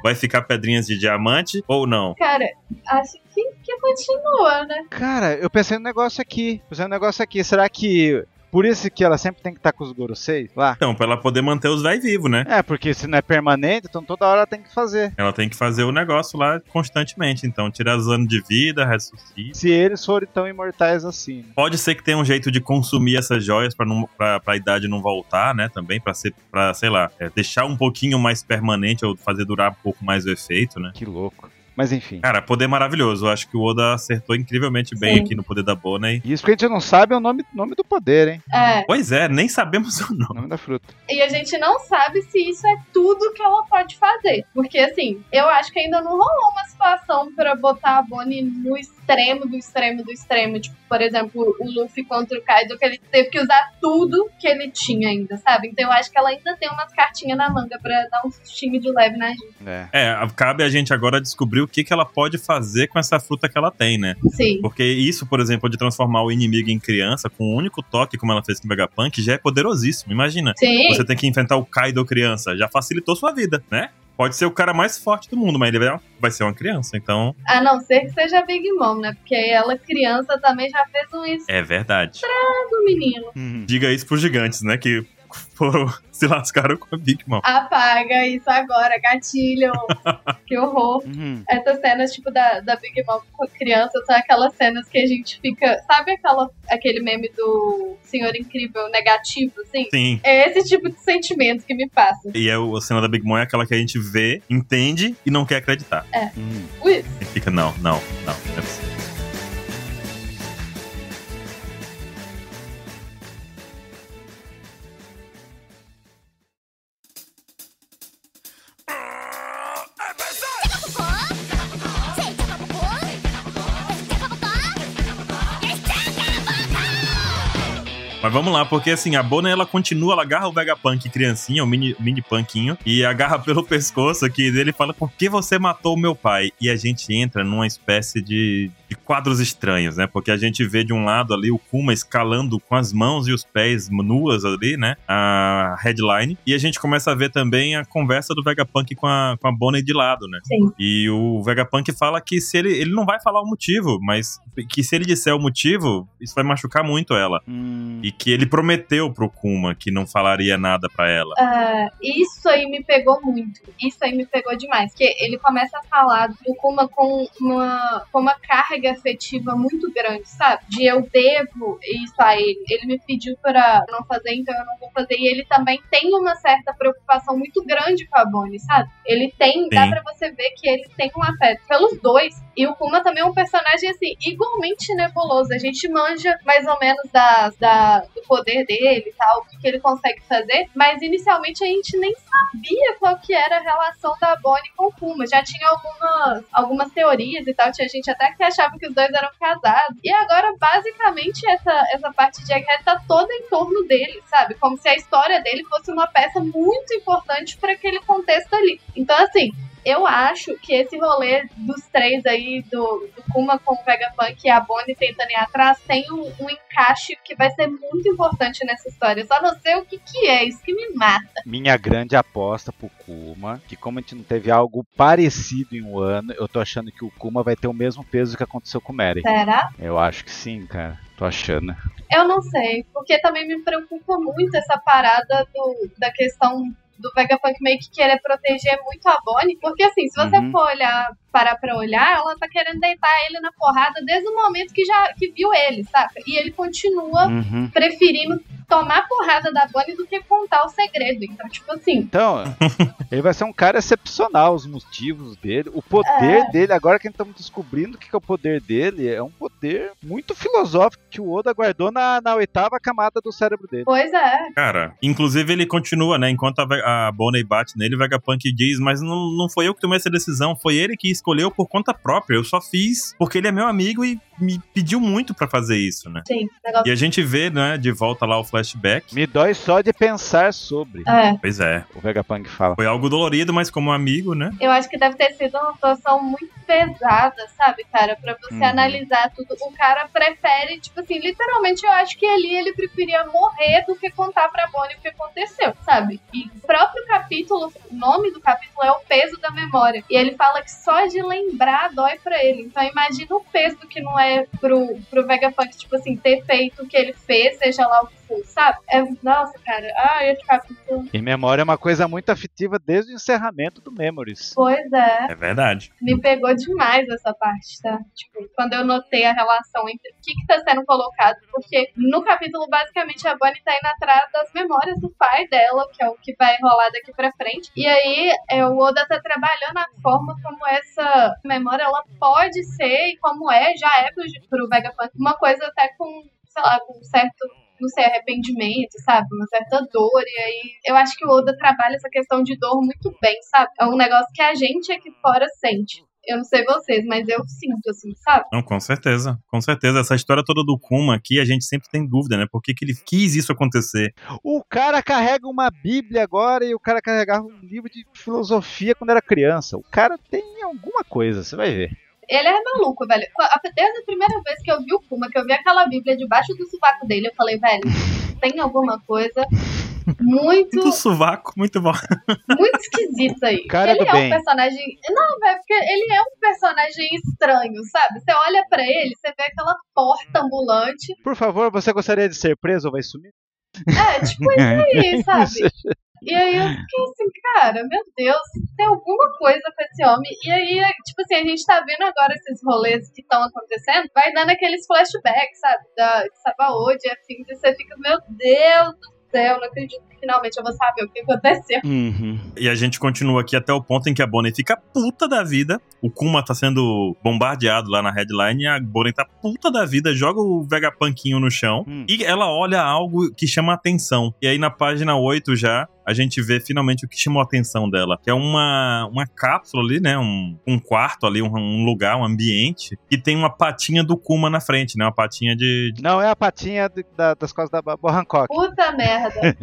vai ficar pedrinhas de diamante ou não? Cara, acho que, que continua, né? Cara, eu pensei no negócio aqui. Pensei no negócio aqui. Será que. Por isso que ela sempre tem que estar com os Gorosei lá? Então, pra ela poder manter os véi vivos, né? É, porque se não é permanente, então toda hora ela tem que fazer. Ela tem que fazer o negócio lá constantemente. Então, tirar os anos de vida, ressuscita. Se eles forem tão imortais assim. né? Pode ser que tenha um jeito de consumir essas joias pra, não, pra, pra idade não voltar, né? Também pra ser, pra, sei lá, é, deixar um pouquinho mais permanente ou fazer durar um pouco mais o efeito, né? Que louco. Mas enfim. Cara, poder maravilhoso. Eu acho que o Oda acertou incrivelmente bem Sim. aqui no poder da Bonnie. Isso que a gente não sabe é o nome, nome do poder, hein? É. Pois é, nem sabemos o O nome. nome da fruta. E a gente não sabe se isso é tudo que ela pode fazer. Porque, assim, eu acho que ainda não rolou uma situação pra botar a Bonnie no extremo do extremo do extremo. Tipo, por exemplo, o Luffy contra o Kaido, que ele teve que usar tudo que ele tinha ainda, sabe? Então eu acho que ela ainda tem umas cartinhas na manga pra dar um sustinho de leve na gente. É. É, cabe a gente agora descobrir o que, que ela pode fazer com essa fruta que ela tem, né? Sim. Porque isso, por exemplo, de transformar o inimigo em criança com um único toque, como ela fez com o Vegapunk, já é poderosíssimo. Imagina. Sim. Você tem que enfrentar o Kaido criança. Já facilitou sua vida, né? Pode ser o cara mais forte do mundo, mas ele vai- vai ser uma criança. Então, A não ser que seja a Big Mom, né? Porque ela, criança, também já fez um isso é verdade. do menino. Uhum. Diga isso pros gigantes, né? Que foram, se lascaram com a Big Mom. Apaga isso agora, gatilho. que horror. Uhum. essas cenas, tipo, da, da Big Mom com criança, são aquelas cenas que a gente fica. Sabe aquela, aquele meme do Senhor Incrível negativo, assim? Sim. É esse tipo de sentimento que me passa. E é o- a cena da Big Mom é aquela que a gente vê, entende e não quer acreditar. Uhum. Ui, E fica, não, não, não. não é possível. Mas vamos lá, porque assim, a Bona ela continua, ela agarra o Vegapunk criancinha, o mini, mini punkinho, e agarra pelo pescoço aqui dele e fala: Por que você matou o meu pai? E a gente entra numa espécie de, de quadros estranhos, né? Porque a gente vê de um lado ali o Kuma escalando com as mãos e os pés nuas ali, né? A headline. E a gente começa a ver também a conversa do Vegapunk com a, com a Bonnie de lado, né? Sim. E o Vegapunk fala que se ele. Ele não vai falar o motivo, mas que se ele disser o motivo, isso vai machucar muito ela. Hum. E que ele prometeu pro Kuma que não falaria nada pra ela. ah, isso aí me pegou muito. Isso aí me pegou demais. Porque ele começa a falar do Kuma com uma, com uma carga carga afetiva muito grande, sabe? De eu devo isso a ele. Ele me pediu pra não fazer, então eu não vou fazer. E ele também tem uma certa preocupação muito grande com a Bonnie, sabe? Ele tem, dá Sim. pra você ver que ele tem um afeto pelos dois. E o Kuma também é um personagem, assim, igualmente nebuloso. A gente manja mais ou menos das, da, do poder dele e tal, o que, que ele consegue fazer. Mas inicialmente a gente nem sabia qual que era a relação da Bonnie com o Kuma. Já tinha algumas, algumas teorias e tal. Tinha gente até que achava que os dois eram casados. E agora, basicamente, essa, essa parte de Egghead tá toda em torno dele, sabe? Como se a história dele fosse uma peça muito importante para aquele contexto ali. Então, assim, eu acho que esse rolê dos três aí, do, do Kuma com o Vegapunk e a Bonnie tentando ir atrás, tem um, um encaixe que vai ser muito importante nessa história. Eu só não sei o que que é, isso que me mata. Minha grande aposta pro Kuma, que como a gente não teve algo parecido em um ano, eu tô achando que o Kuma vai ter o mesmo peso que aconteceu com o Meren. Será? Eu acho que sim, cara. Tô achando. Eu não sei, porque também me preocupa muito essa parada do, da questão do Vegapunk meio que querer proteger muito a Bonnie, porque assim, se você Uhum. for olhar, parar pra olhar, ela tá querendo deitar ele na porrada desde o momento que já que viu ele, saca? E ele continua Uhum. preferindo tomar a porrada da Bonnie do que contar o segredo. Então, tipo assim, Então, ele vai ser um cara excepcional, os motivos dele, o poder dele, agora que estamos descobrindo o que, que é o poder dele, é um poder muito filosófico que o Oda guardou na, na oitava camada do cérebro dele. pois é. Cara, inclusive ele continua, né? Enquanto a, Ve- a Bonnie bate nele, o Vegapunk diz, mas não, não foi eu que tomei essa decisão, foi ele que escolheu por conta própria. Eu só fiz porque ele é meu amigo e me pediu muito pra fazer isso, né? Sim, negócio. E a gente vê, né, de volta lá o flashback. Me dói só de pensar sobre, É, Pois é, o Vegapunk fala. foi algo dolorido, mas como amigo, né? eu acho que deve ter sido uma situação muito pesada, sabe, cara? Pra você Uhum. analisar tudo. O cara prefere, tipo assim, literalmente eu acho que ali ele preferia morrer do que contar pra Bonnie o que aconteceu, sabe? E o próprio capítulo, o nome do capítulo é O Peso da Memória. E ele fala que só de lembrar dói pra ele. Então imagina o peso que não é pro, pro Vegapunk, tipo assim, ter feito o que ele fez, seja lá o que for, sabe? É, nossa, cara, ai, esse capítulo. E memória é uma coisa muito afetiva desde o encerramento do Memories. Pois é. É verdade. me pegou demais essa parte, tá? Tipo, quando eu notei a relação entre o que que tá sendo colocado, porque no capítulo, basicamente, a Bonnie tá indo atrás das memórias do pai dela, que é o que vai rolar daqui pra frente. E aí, é, o Oda tá trabalhando a forma como essa memória, ela pode ser e como é, já é pro, pro Vegapunk, uma coisa até com, sei lá, com um certo não sei, arrependimento, sabe? Uma certa dor. E aí, eu acho que o Oda trabalha essa questão de dor muito bem, sabe? É um negócio que a gente aqui fora sente. Eu não sei vocês, mas eu sinto, assim, sabe? Não, com certeza, com certeza. Essa história toda do Kuma aqui, a gente sempre tem dúvida, né? Por que, que ele quis isso acontecer? O cara carrega uma bíblia agora e o cara carregava um livro de filosofia quando era criança. O cara tem alguma coisa, você vai ver. Ele é maluco, velho. A- Desde a primeira vez que eu vi o Kuma, que eu vi aquela Bíblia debaixo do sovaco dele, eu falei, velho, tem alguma coisa muito, Muito um sovaco, muito bom. muito esquisita aí. Então, Cara ele do é bem. um personagem. Não, velho, porque ele é um personagem estranho, sabe? Você olha pra ele, você vê aquela porta ambulante. Por favor, você gostaria de ser preso ou vai sumir? É, tipo isso aí, sabe? E aí eu fiquei assim, cara, meu Deus, tem alguma coisa com esse homem. E aí, é, tipo assim, a gente tá vendo agora esses rolês que estão acontecendo, vai dando aqueles flashbacks, sabe? Da de Sabaody, afim, e você fica, meu Deus do céu, não acredito que finalmente eu vou saber o que aconteceu. Uhum. E a gente continua aqui até o ponto em que a Bonnie fica puta da vida. O Kuma tá sendo bombardeado lá na headline. e A Bonnie tá puta da vida, joga o Vegapunkinho no chão. Hum. E ela olha algo que chama a atenção. E aí na página 8 já. A gente vê finalmente o que chamou a atenção dela, que é uma, uma cápsula ali, né? Um, um quarto ali, um, um lugar, um ambiente, que tem uma patinha do Kuma na frente, né? Uma patinha de. Não é a patinha de- da- das costas da Bob Hancock. Puta merda.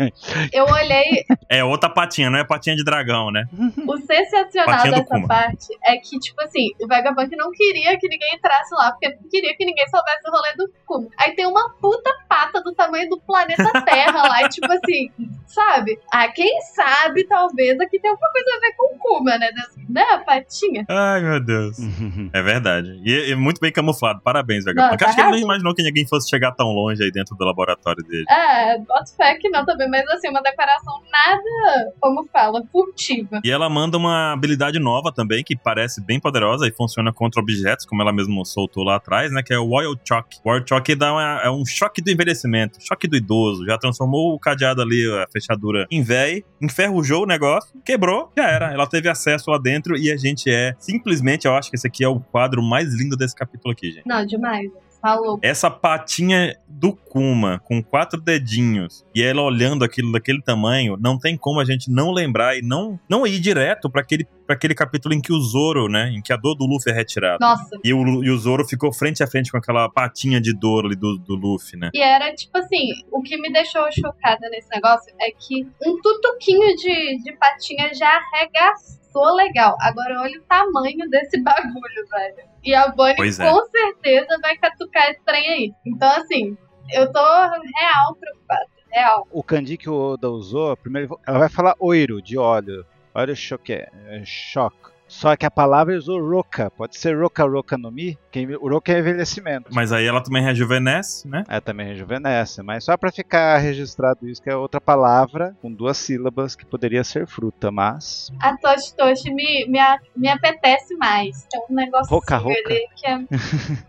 Eu olhei, É outra patinha, não é patinha de dragão, né? o sensacional Patinha do dessa Kuma. parte é que, tipo assim, o Vegapunk não queria que ninguém entrasse lá, porque não queria que ninguém soubesse o rolê do Kuma. Aí tem uma puta pata do tamanho do planeta Terra lá, e tipo assim, sabe? Ah, quem sabe, talvez, aqui tem alguma coisa a ver com Kuma, né? Das, né, a patinha. Ai, meu Deus. Uhum. É verdade. E, e muito bem camuflado. Parabéns, Vegapunk. tá Acho que ele não arrasando. imaginou que ninguém fosse chegar tão longe aí dentro do laboratório dele. É, boto fé que não também, mas assim, uma decoração nada, como fala, furtiva. E ela manda uma habilidade nova também, que parece bem poderosa e funciona contra objetos, como ela mesma soltou lá atrás, né? Que é o Wild Shock. O Wild Shock dá uma- é um choque do envelhecimento, choque do idoso. Já transformou o cadeado ali, a fechadura, em véi, enferrujou o negócio, quebrou, já era. Ela teve acesso lá dentro e a gente é... Simplesmente, eu acho que esse aqui é o quadro mais lindo desse capítulo aqui, gente. Não, demais. Falou. Essa patinha do Kuma, com quatro dedinhos, e ela olhando aquilo daquele tamanho, não tem como a gente não lembrar e não, não ir direto pra aquele, pra aquele capítulo em que o Zoro, né? Em que a dor do Luffy é retirada. Nossa. E o, Lu- e o Zoro ficou frente a frente com aquela patinha de dor ali do, do Luffy, né? E era tipo assim, o que me deixou chocada nesse negócio é que um tutuquinho de, de patinha já arregaçou legal. Agora olha o tamanho desse bagulho, velho. E a Bonnie Pois é. com certeza vai catucar esse trem aí. Então assim, eu tô real preocupada. Real. O kanji que o Oda usou, primeiro ele vo- ela vai falar oiro, de óleo. Óleo choque, é, choque. Só que a palavra ele usou roca. Pode ser roca, roca no mi. Que enve- o roca é envelhecimento. Mas aí ela também rejuvenesce, né? Ela É, também rejuvenesce, mas só pra ficar registrado isso, que é outra palavra com duas sílabas que poderia ser fruta, mas. A Toshi Toshi me, me, a- me apetece mais. Tem um negócio Roca, roca. ali que é.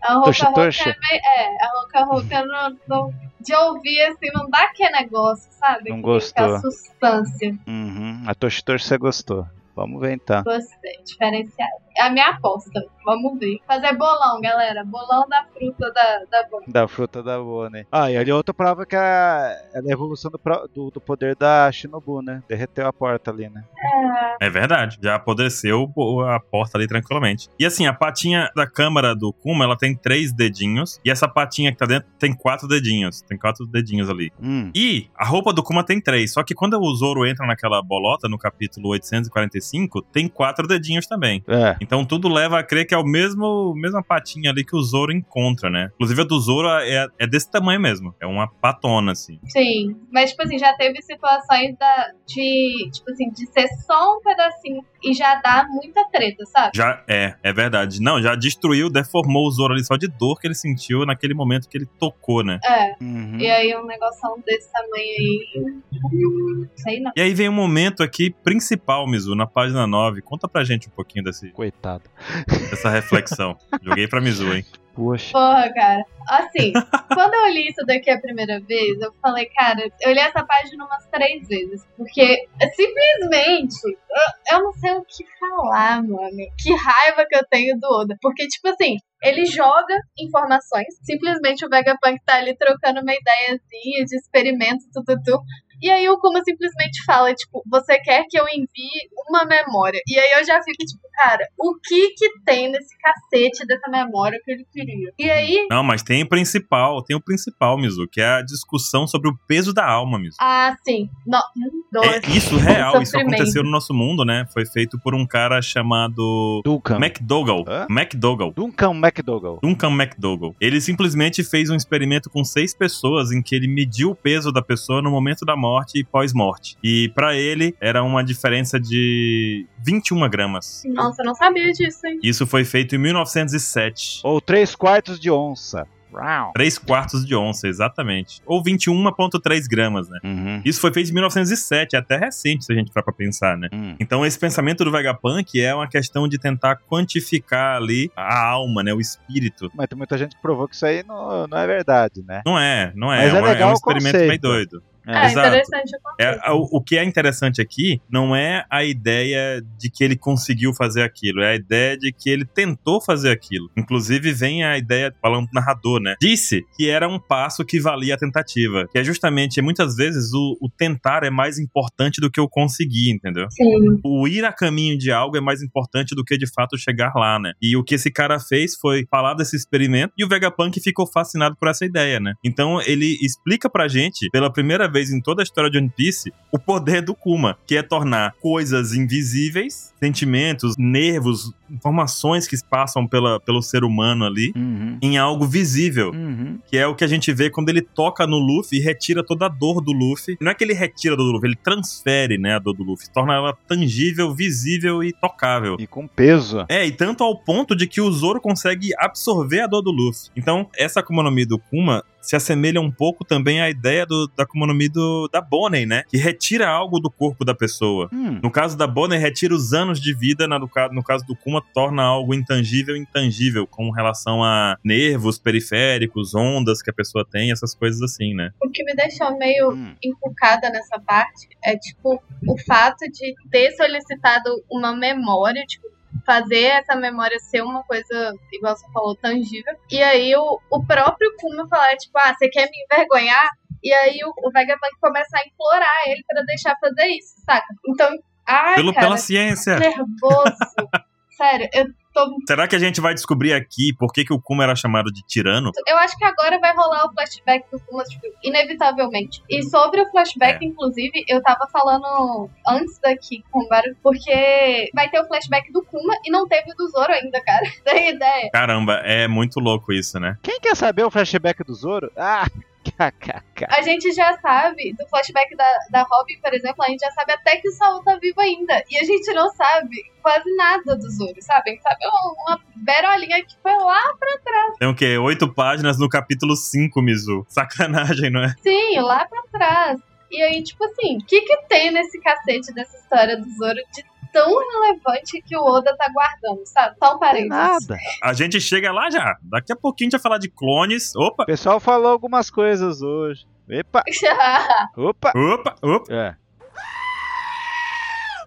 A roca Toshi, roca toshi. é, meio- é, a roca roca não, não- de ouvir assim, não dá que negócio, sabe? Não Que tem aquela gostou. substância. Uhum, a Toshitoshi você gostou. Vamos ver então. Gostei, diferenciado. É a minha aposta. Vamos ver. Fazer bolão, galera. Bolão da fruta da, da boa. Da fruta da boa, né? Ah, e ali outra prova que é a, é a evolução do, pro- do- do poder da Shinobu, né? Derreteu a porta ali, né? É verdade. Já apodreceu o- a porta ali tranquilamente. E assim, a patinha da câmara do Kuma, ela tem três dedinhos. E essa patinha que tá dentro tem quatro dedinhos. Tem quatro dedinhos ali. Hum. E a roupa do Kuma tem três, só que quando o Zoro entra naquela bolota, no capítulo 845, tem quatro dedinhos também. É. Então tudo leva a crer que é o mesmo mesma patinha ali que o Zoro encontra, né? Inclusive a do Zoro é, é desse tamanho mesmo. É uma patona, assim. Sim. Mas, tipo assim, já teve situações da, de, tipo assim, de ser só um pedacinho e já dá muita treta, sabe? Já é, é verdade. Não, já destruiu, deformou o Zoro ali só de dor que ele sentiu naquele momento que ele tocou, né? É. Uhum. E aí um negoção desse tamanho aí. Sei não. E aí vem um momento aqui principal, Mizu, na página 9. Conta pra gente um pouquinho desse, Coitado. dessa reflexão. Joguei pra Mizu, hein? Poxa. Porra, cara. Assim, quando eu li isso daqui a primeira vez, eu falei, cara, eu li essa página umas três vezes. Porque simplesmente eu, eu não sei o que falar, mano. Que raiva que eu tenho do Oda. Porque, tipo assim. Ele joga informações, simplesmente o Vegapunk tá ali trocando uma ideiazinha de experimento, tudo, tudo. E aí o Kuma simplesmente fala, tipo, você quer que eu envie uma memória. E aí eu já fico, tipo, cara, o que que tem nesse cacete dessa memória que ele queria? E aí, Não, mas tem o principal, tem o principal, Mizu, que é a discussão sobre o peso da alma, Mizu. ah, sim, no, um, dois. É isso real, isso Sofrimento. aconteceu no nosso mundo, né? Foi feito por um cara chamado Duncan. McDougall. Hã? McDougall. Duncan McDougall. Duncan McDougall. Ele simplesmente fez um experimento com seis pessoas em que ele mediu o peso da pessoa no momento da morte e pós-morte. E pra ele era uma diferença de 21 gramas. Nossa, eu não sabia disso, hein? Isso foi feito em 1907. Ou 3 quartos de onça. Uau. 3 quartos de onça, exatamente. Ou 21,3 gramas, né? Uhum. Isso foi feito em 1907, é até recente se a gente for pra pensar, né? Hum. Então esse pensamento do Vegapunk é uma questão de tentar quantificar ali a alma, né, o espírito. Mas tem muita gente que provou que isso aí não, não é verdade, né? Não é, não é, Mas é um- legal um o experimento conceito. meio doido. É, Exato. interessante o É, conceito. a- o, o que é interessante aqui não é a ideia de que ele conseguiu fazer aquilo, é a ideia de que ele tentou fazer aquilo. Inclusive vem a ideia, falando do narrador, né? Disse que era um passo que valia a tentativa. Que é justamente, muitas vezes, o- o tentar é mais importante do que o conseguir, entendeu? Sim, o ir a caminho de algo é mais importante do que de fato chegar lá, né? E o que esse cara fez foi falar desse experimento e o Vegapunk ficou fascinado por essa ideia, né? Então ele explica pra gente, pela primeira vez em toda a história de One Piece, o poder do Kuma, que é tornar coisas invisíveis, sentimentos, nervos, informações que passam pela, pelo ser humano ali Uhum. em algo visível. Uhum. Que é o que a gente vê quando ele toca no Luffy e retira toda a dor do Luffy. Não é que ele retira a dor do Luffy, ele transfere né, a dor do Luffy. Torna ela tangível, visível e tocável. E com peso. É, e tanto ao ponto de que o Zoro consegue absorver a dor do Luffy. Então, essa Akuma no Mi do Kuma se assemelha um pouco também à ideia do, da Akuma no Mi do, da Bonnie, né? Que retira algo do corpo da pessoa. Hum. No caso da Bonnie, retira os anos de vida, na- no, ca- no caso do Kuma, torna algo intangível intangível, com relação a nervos periféricos, ondas que a pessoa tem, essas coisas assim, né? O que me deixou meio Hum. encucada nessa parte é, tipo, o fato de ter solicitado uma memória, tipo, fazer essa memória ser uma coisa, igual você falou, tangível. E aí o, o próprio Kuma falar, tipo, ah, você quer me envergonhar? E aí o, o Vegapunk começa a implorar ele pra deixar fazer isso, saca? Então, ai, Pelo, cara, pela ciência. nervoso. Sério, eu tô Será que a gente vai descobrir aqui por que, que o Kuma era chamado de tirano? Eu acho que agora vai rolar o flashback do Kuma, tipo, inevitavelmente. E sobre o flashback, inclusive, eu tava falando antes daqui com o Baru, porque vai ter o flashback do Kuma e não teve o do Zoro ainda, cara. Tem ideia? Caramba, é muito louco isso, né? Quem quer saber o flashback do Zoro? Ah, kkk. A gente já sabe do flashback da, da Robin, por exemplo, a gente já sabe até que o Saul tá vivo ainda. E a gente não sabe quase nada do Zoro, sabe? A gente sabe uma, uma berolinha que foi lá Tem o quê? Oito páginas no capítulo 5, Mizu. Sacanagem, não é? Sim, lá pra trás. E aí, tipo assim, o que que tem nesse cacete dessa história do Zoro de tão relevante que o Oda tá guardando, sabe? Só Tem um parênteses. nada. A gente chega lá já. Daqui a pouquinho a gente vai falar de clones. Opa, O pessoal falou algumas coisas hoje. Epa, Ah. opa. opa, opa. É.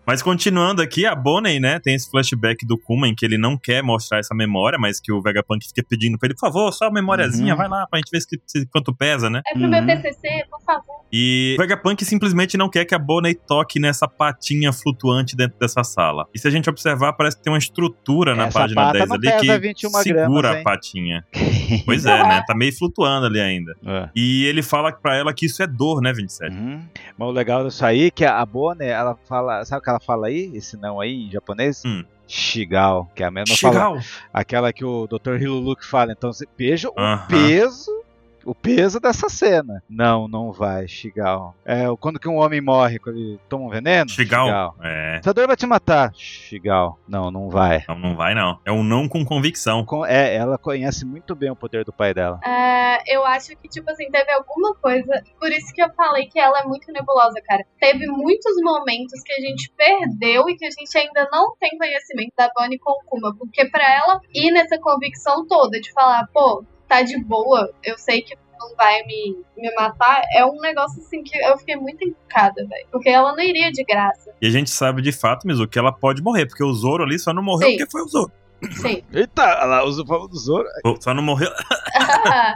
Mas continuando aqui, a Bonnie, né, tem esse flashback do Kuma em que ele não quer mostrar essa memória, mas que o Vegapunk fica pedindo pra ele, por favor, só a memóriazinha, Uhum. vai lá pra gente ver se- se- quanto pesa, né? É pro Uhum. meu TCC, por favor. E o Vegapunk simplesmente não quer que a Bonnie toque nessa patinha flutuante dentro dessa sala. E se a gente observar, parece que tem uma estrutura na Essa página pata 10 não ali pesa que 21 gramas, segura a hein? patinha. Pois é, né? Tá meio flutuando ali ainda. É. E ele fala pra ela que isso é dor, né, 27? Uhum. Mas o legal disso aí é que a Bonner, ela fala. Sabe o que ela fala aí? Esse não aí em japonês? Hum. Shigal, que é a mesma palavra. Chigal! Aquela que o Dr. Hiluluk fala. Então você veja o Aham. peso. O peso dessa cena. Não, não vai, Shigal. É, quando que um homem morre, quando ele toma um veneno? Chigal. É. Essa dor vai te matar. Shigal. Não, não vai. Não, não vai, não. É um não com convicção. Com- É, ela conhece muito bem o poder do pai dela. Ah, eu acho que, tipo assim, teve alguma coisa. Por isso que eu falei que ela é muito nebulosa, cara. Teve muitos momentos que a gente perdeu e que a gente ainda não tem conhecimento da Bonnie com o Kuma. Porque pra ela ir nessa convicção toda de falar, pô, tá de boa, eu sei que não vai me, me matar, é um negócio assim que eu fiquei muito encucada, velho. Porque ela não iria de graça. E a gente sabe de fato, Mizu, que ela pode morrer, porque o Zoro ali só não morreu Sim. porque foi o Zoro. Sim. Eita, ela usa o falo do Zoro. Pô, Só não morreu.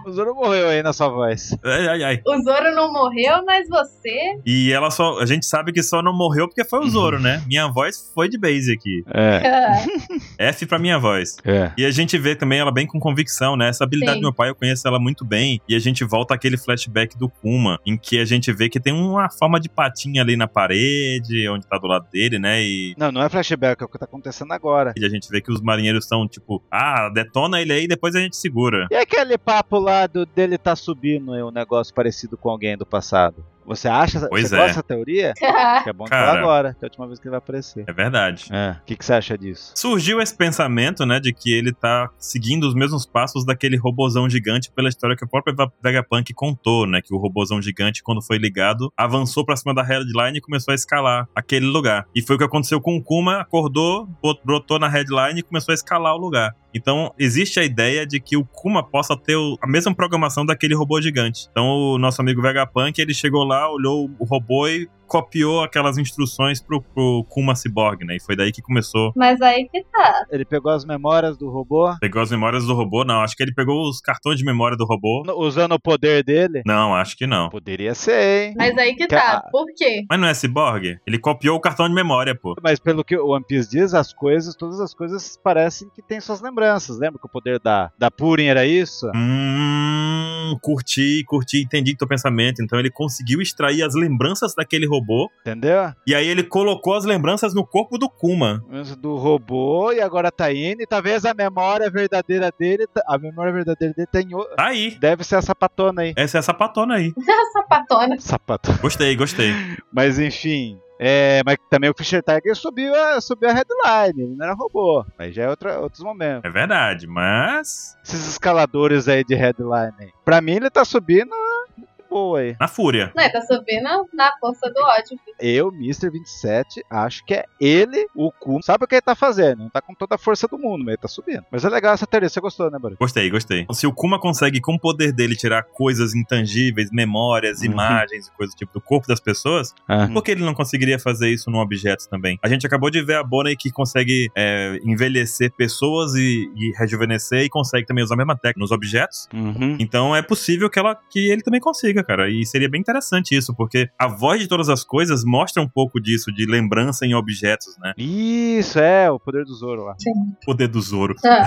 O Zoro morreu aí na sua voz. Ai, ai, ai. o Zoro não morreu, mas você. E ela só. A gente sabe que só não morreu porque foi o Zoro, né? Minha voz foi de base aqui. É, F pra minha voz. é. E a gente vê também ela bem com convicção, né? Essa habilidade Sim. do meu pai, eu conheço ela muito bem. E a gente volta àquele flashback do Kuma, em que a gente vê que tem uma forma de patinha ali na parede, onde tá do lado dele, né? E. Não, não é flashback, é o que tá acontecendo agora. e a gente vê que os marinheiros estão tipo, ah, detona ele aí, depois a gente segura. E é aquele papo lá do, dele tá subindo é um negócio parecido com alguém do passado? Você acha? Pois você é. gosta dessa teoria? Que é bom Cara. falar agora, que é a última vez que ele vai aparecer. É verdade. É. O que, que você acha disso? Surgiu esse pensamento, né, de que ele tá seguindo os mesmos passos daquele robozão gigante pela história que o próprio Va- Vegapunk contou, né, que o robozão gigante, quando foi ligado, avançou pra cima da headline e começou a escalar aquele lugar. E foi o que aconteceu com o Kuma, acordou, bot- brotou na headline e começou a escalar o lugar. Então, existe a ideia de que o Kuma possa ter o- a mesma programação daquele robô gigante. Então, o nosso amigo Vegapunk, ele chegou lá, olhou o robô e copiou aquelas instruções pro, pro Kuma Cyborg, né? E foi daí que começou Mas aí que tá. Ele pegou as memórias do robô, Pegou as memórias do robô? Não, acho que ele pegou os cartões de memória do robô. no- usando o poder dele. Não, acho que não. Poderia ser, hein? Mas aí que Que tá. a- Por quê? Mas não é cyborg? Ele copiou o cartão de memória, pô. Mas pelo que o One Piece diz, as coisas, todas as coisas parecem que têm suas lembranças. Lembra que o poder da, da Purin era isso? Hum, curti, curti, entendi teu pensamento. Então ele conseguiu extrair as lembranças daquele robô. Entendeu? E aí ele colocou as lembranças no corpo do Kuma. Mas Do robô e agora tá indo. E talvez a memória verdadeira dele. tá- A memória verdadeira dele tem. o- Tá aí. Deve ser a sapatona aí. Essa é a sapatona aí. sapatona. Sapatona. Gostei, gostei. Mas enfim. É, mas também o Fischer Tiger subiu a, subiu a headline, ele não era robô. Mas já é outra, outros momentos. É verdade, mas. Esses escaladores aí de headline. aí. Pra mim ele tá subindo de boa aí. Na fúria. Não, ele tá subindo na força do ódio. Eu, Mr. 27, acho que é ele, o Kumo. Sabe o que ele tá fazendo? Não tá com toda a força do mundo, mas ele tá subindo. Mas é legal essa teoria, você gostou, né, Barulho? Gostei, gostei. Então, Se o Kuma consegue, com o poder dele, tirar coisas intangíveis, memórias, Uhum. imagens e coisas do tipo do corpo das pessoas, Ah. por que ele não conseguiria fazer isso num objeto também? A gente acabou de ver a Bonnie que consegue é, envelhecer pessoas e, e rejuvenescer e consegue também usar a mesma técnica nos objetos. Uhum. Então é possível que, ela, que ele também consiga, cara. E seria bem interessante isso, porque a voz de todas as coisas mostra um pouco disso, de lembrança em objetos, né? Isso, é, o poder do Zoro lá. Poder do Zoro. Ah,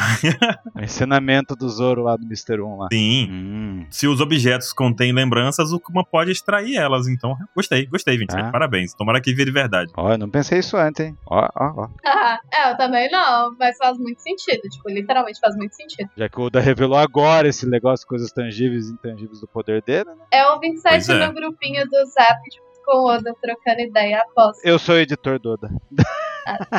O ensinamento do Zoro lá do Mr. 1 lá. Sim. Hum. se os objetos contêm lembranças, o Kuma pode extrair elas. Então, gostei, gostei, 27. Ah. Parabéns. Tomara que vire verdade. Ó, eu não pensei isso antes, hein? Ó, ó, ó. ah, é, eu também não, mas faz muito sentido. Tipo, literalmente faz muito sentido. Já que o Oda revelou agora esse negócio, coisas tangíveis e intangíveis do poder dele, né? É o 27 Pois é. no grupinho do Zap tipo, com o Oda trocando ideia após. Eu sou o editor do Oda.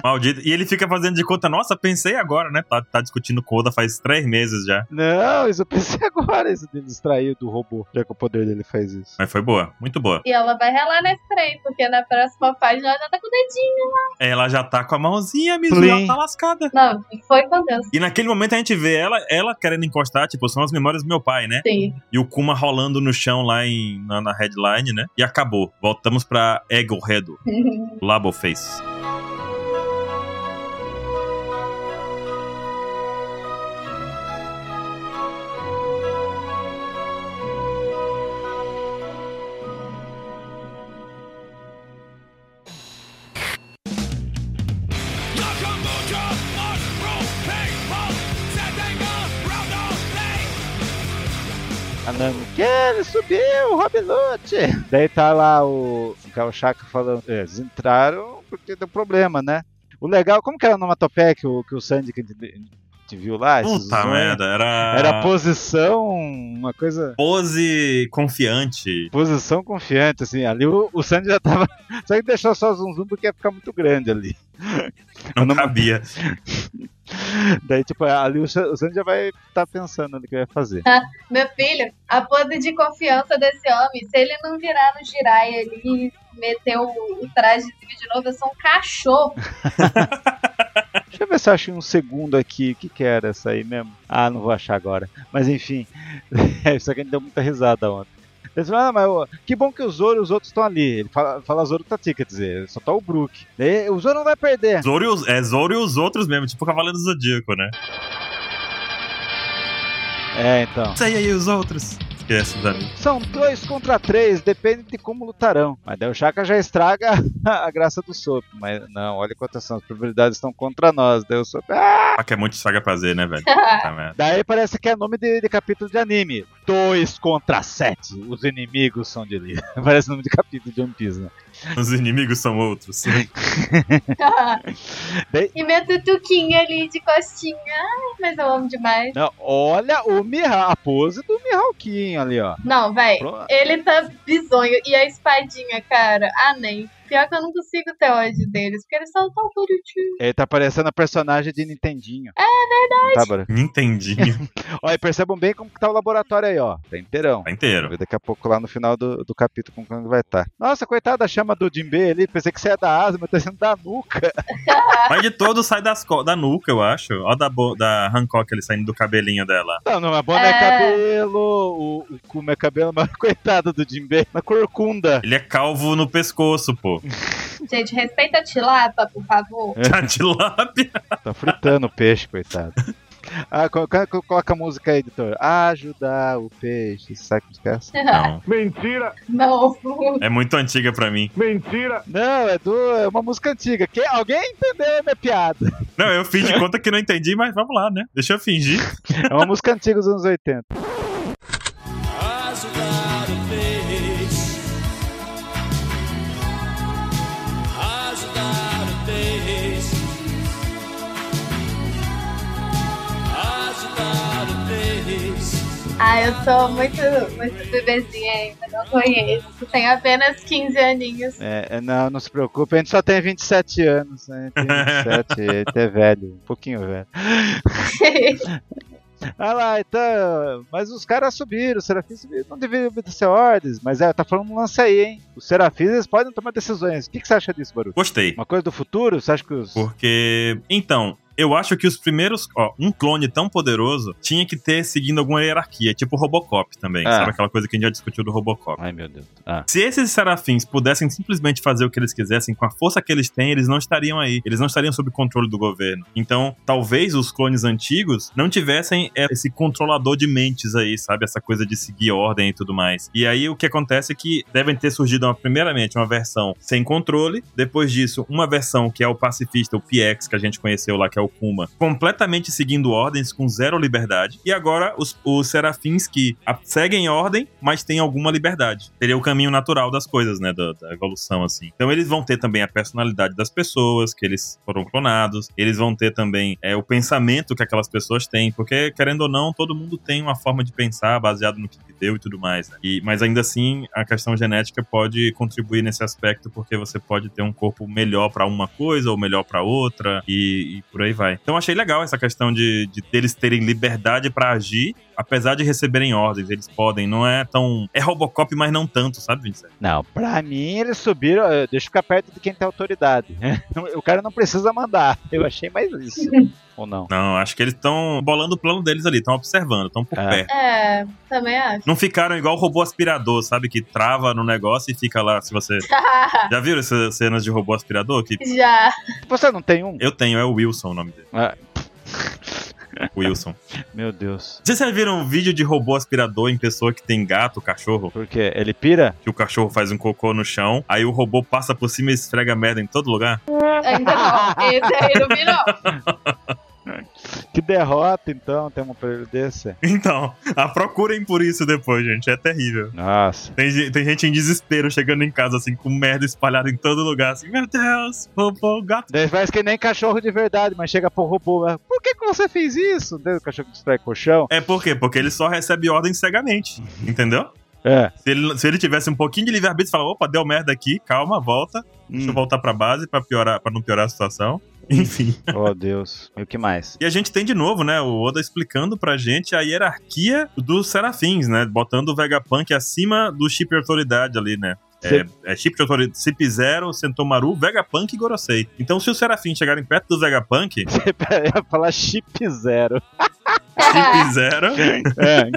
Maldito. E ele fica fazendo de conta, nossa, pensei agora, né? Tá, tá discutindo com o Oda faz três meses já. Não, isso eu pensei agora, isso de distrair do robô, já que o poder dele faz isso. Mas foi boa, muito boa. E ela vai relar nesse trem, porque na próxima página ela já tá com o dedinho. Ela já tá com a mãozinha, a Plim. Mizuha tá lascada. Não, foi com Deus. E naquele momento a gente vê ela, ela querendo encostar, tipo, são as memórias do meu pai, né? Sim. E o Kuma rolando no chão lá em, na, na headline, né? E acabou. Voltamos pra Egghead, Laboface. A Nami, que ele subiu, Rob Lute! Daí tá lá o Kawashaka falando, "É, eles entraram porque deu problema, né? O legal, como que era a onomatopeia que o, que o Sandy que a gente, a gente viu lá? esses Puta zóio? merda, era. Era posição, uma coisa... pose confiante. posição confiante, assim. Ali o, o Sandy já tava. Só que deixou só zoom zoom porque ia ficar muito grande ali. Não Numa- cabia. Daí, tipo, ali o, Sa- o Sandy já vai estar pensando no que vai fazer. Meu filho, a pose de confiança desse homem, se ele não virar no Jiraiya ali e meter o, o trajezinho de novo, eu sou um cachorro. Deixa eu ver se eu acho um segundo aqui. O que, que era essa aí mesmo? Ah, não vou achar agora. Mas enfim. É, Isso aqui a gente deu muita risada ontem. Eles falam, ah, mas ó, que bom que o Zoro e os outros estão ali. Ele fala, fala Zoro Tati, quer dizer, só tá o Brook. Daí, o Zoro não vai perder. Zoro e os, é Zoro e os outros mesmo, tipo o Cavaleiro do Zodíaco, né? É, então. Isso aí, aí, os outros. Esquece, Zé. São dois contra três, depende de como lutarão. Mas daí o Chaka já estraga a graça do Sop. Mas não, olha quantas são, as probabilidades estão contra nós. Daí o Sop. Ah! Ah, que é muito saga prazer, né, velho? Tá merda. Daí parece que é nome de, de capítulo de anime. Dois contra sete, os inimigos são de ali. Parece nome de capítulo de One Piece, né? Os inimigos são outros. e meu tutuquinho ali de costinha. Ai, mas eu amo demais. Não, olha o Miha, a pose do Mihawkinho ali, ó. Não, véi. Pro- Ele tá bizonho. E a espadinha, cara. Ah, nem. Pior que eu não consigo ter ódio deles, porque eles são tão bonitinhos. Ele tá parecendo a personagem de Nintendinho. É verdade. Nintendinho. Olha, e percebam bem como que tá o laboratório aí, ó. Tá inteirão. Tá inteiro. Vamos ver daqui a pouco lá no final do, do capítulo como que vai estar. Nossa, coitada da chama do Jinbe ali, pensei que você é da asa, mas tá sendo da nuca. Mas de todo sai das co- da nuca, eu acho. Ó da, bo- da Hancock ele saindo do cabelinho dela. Não, não, a Bona é, É. cabelo, o, o Kuma é cabelo, mas coitada do Jinbe, na corcunda. Ele é calvo no pescoço, pô. Gente, respeita a tilapa, por favor. Tá de lápia. Tá fritando o peixe, coitado. Ah, co- co- coloca a música aí, editor. Ajudar o peixe, sabe que música é essa? Não. Não. É muito antiga pra mim. Não, é, do, é uma música antiga. Que, alguém entendeu a minha piada? Não, eu fiz de conta que não entendi, mas vamos lá, né? Deixa eu fingir. É uma música antiga dos anos 80. Eyes without a face. É, eu sou muito, muito bebezinha ainda, não conheço. Tenho apenas 15 aninhos. É, não, não se preocupe, a gente só tem 27 anos, né? Tem 27, a gente é velho, um pouquinho velho. Ah lá, então. Mas os caras subiram, os serafins subiram. Não deveriam obedecer ordens, mas é, tá falando um lance aí, hein? Os serafins eles podem tomar decisões. O que, que você acha disso, Baru? Gostei. Uma coisa do futuro? Você acha que os. Porque. Então, eu acho que os primeiros. Ó, um clone tão poderoso tinha que ter seguindo alguma hierarquia, tipo Robocop também. Ah. Sabe aquela coisa que a gente já discutiu do Robocop? Ai meu Deus. Ah. Se esses serafins pudessem simplesmente fazer o que eles quisessem com a força que eles têm, eles não estariam aí. Eles não estariam sob controle do governo. Então, talvez os clones antigos não tivessem é, esse controlador de mentes aí, sabe? Essa coisa de seguir ordem e tudo mais. E aí o que acontece é que devem ter surgido, uma- primeiramente, uma versão sem controle. Depois disso, uma versão que é o pacifista, o PX, que a gente conheceu lá, que é o Kuma, completamente seguindo ordens, com zero liberdade. E agora os, os serafins que a- seguem ordem, mas têm alguma liberdade. Seria o caminho natural das coisas, né? Da, da evolução, assim. Então eles vão ter também a personalidade das pessoas, que eles foram clonados. Eles vão ter também é, o pensamento que aquelas pessoas têm. Porque, querendo ou não, todo mundo tem uma forma de pensar baseado no que deu e tudo mais. Né? E, mas ainda assim, a questão genética pode contribuir nesse aspecto, porque você pode ter um corpo melhor pra uma coisa ou melhor pra outra, e, e por aí vai. Então achei legal essa questão de, de eles terem liberdade pra agir, apesar de receberem ordens. Eles podem, não é tão. É Robocop, mas não tanto, sabe, Vincent? Não, pra mim eles subiram. eh, Deixa eu ficar perto de quem tem autoridade. o cara não precisa mandar. Eu achei mais isso. Ou não? Não, acho que eles estão bolando o plano deles ali, estão observando, estão por Ah. perto. É, também acho. Não ficaram igual o robô aspirador, sabe? Que trava no negócio e fica lá. Se você. Já viram essas cenas de robô aspirador? Que Já. Você não tem um? eu tenho, é o Wilson o nome dele. Ah, Wilson. meu Deus. Vocês já viram um vídeo de robô aspirador em pessoa que tem gato, cachorro? Por quê? Ele pira? Que o cachorro faz um cocô no chão, aí o robô passa por cima e esfrega merda em todo lugar? Ainda não. Esse aí não vi, não. Que derrota então, tem um período desse. Então, a procurem por isso depois, gente. É terrível. Nossa. Tem, ge- tem gente em desespero chegando em casa, assim, com merda espalhada em todo lugar, assim, meu Deus, robô, gato. Daí Parece que nem cachorro de verdade, mas chega pro robô. né? Por que, que você fez isso? Daí O cachorro destrói colchão. É por quê? Porque ele só recebe ordem cegamente, entendeu? É. Se ele, se ele tivesse um pouquinho de livre-arbítrio, fala, opa, deu merda aqui, calma, volta, deixa eu Hum. voltar pra base pra, piorar, pra não piorar a situação. Enfim. Oh, Deus. E o que mais? E a gente tem de novo, né, o Oda explicando pra gente a hierarquia dos serafins, né, botando o Vegapunk acima do chip de autoridade ali, né. É, Cê- é chip de autoridade, Cip Zero, Sentomaru, Vegapunk e Gorosei. Então, se os serafins chegarem perto do Vegapunk, Chip Eu ia falar chip zero. Zero, É.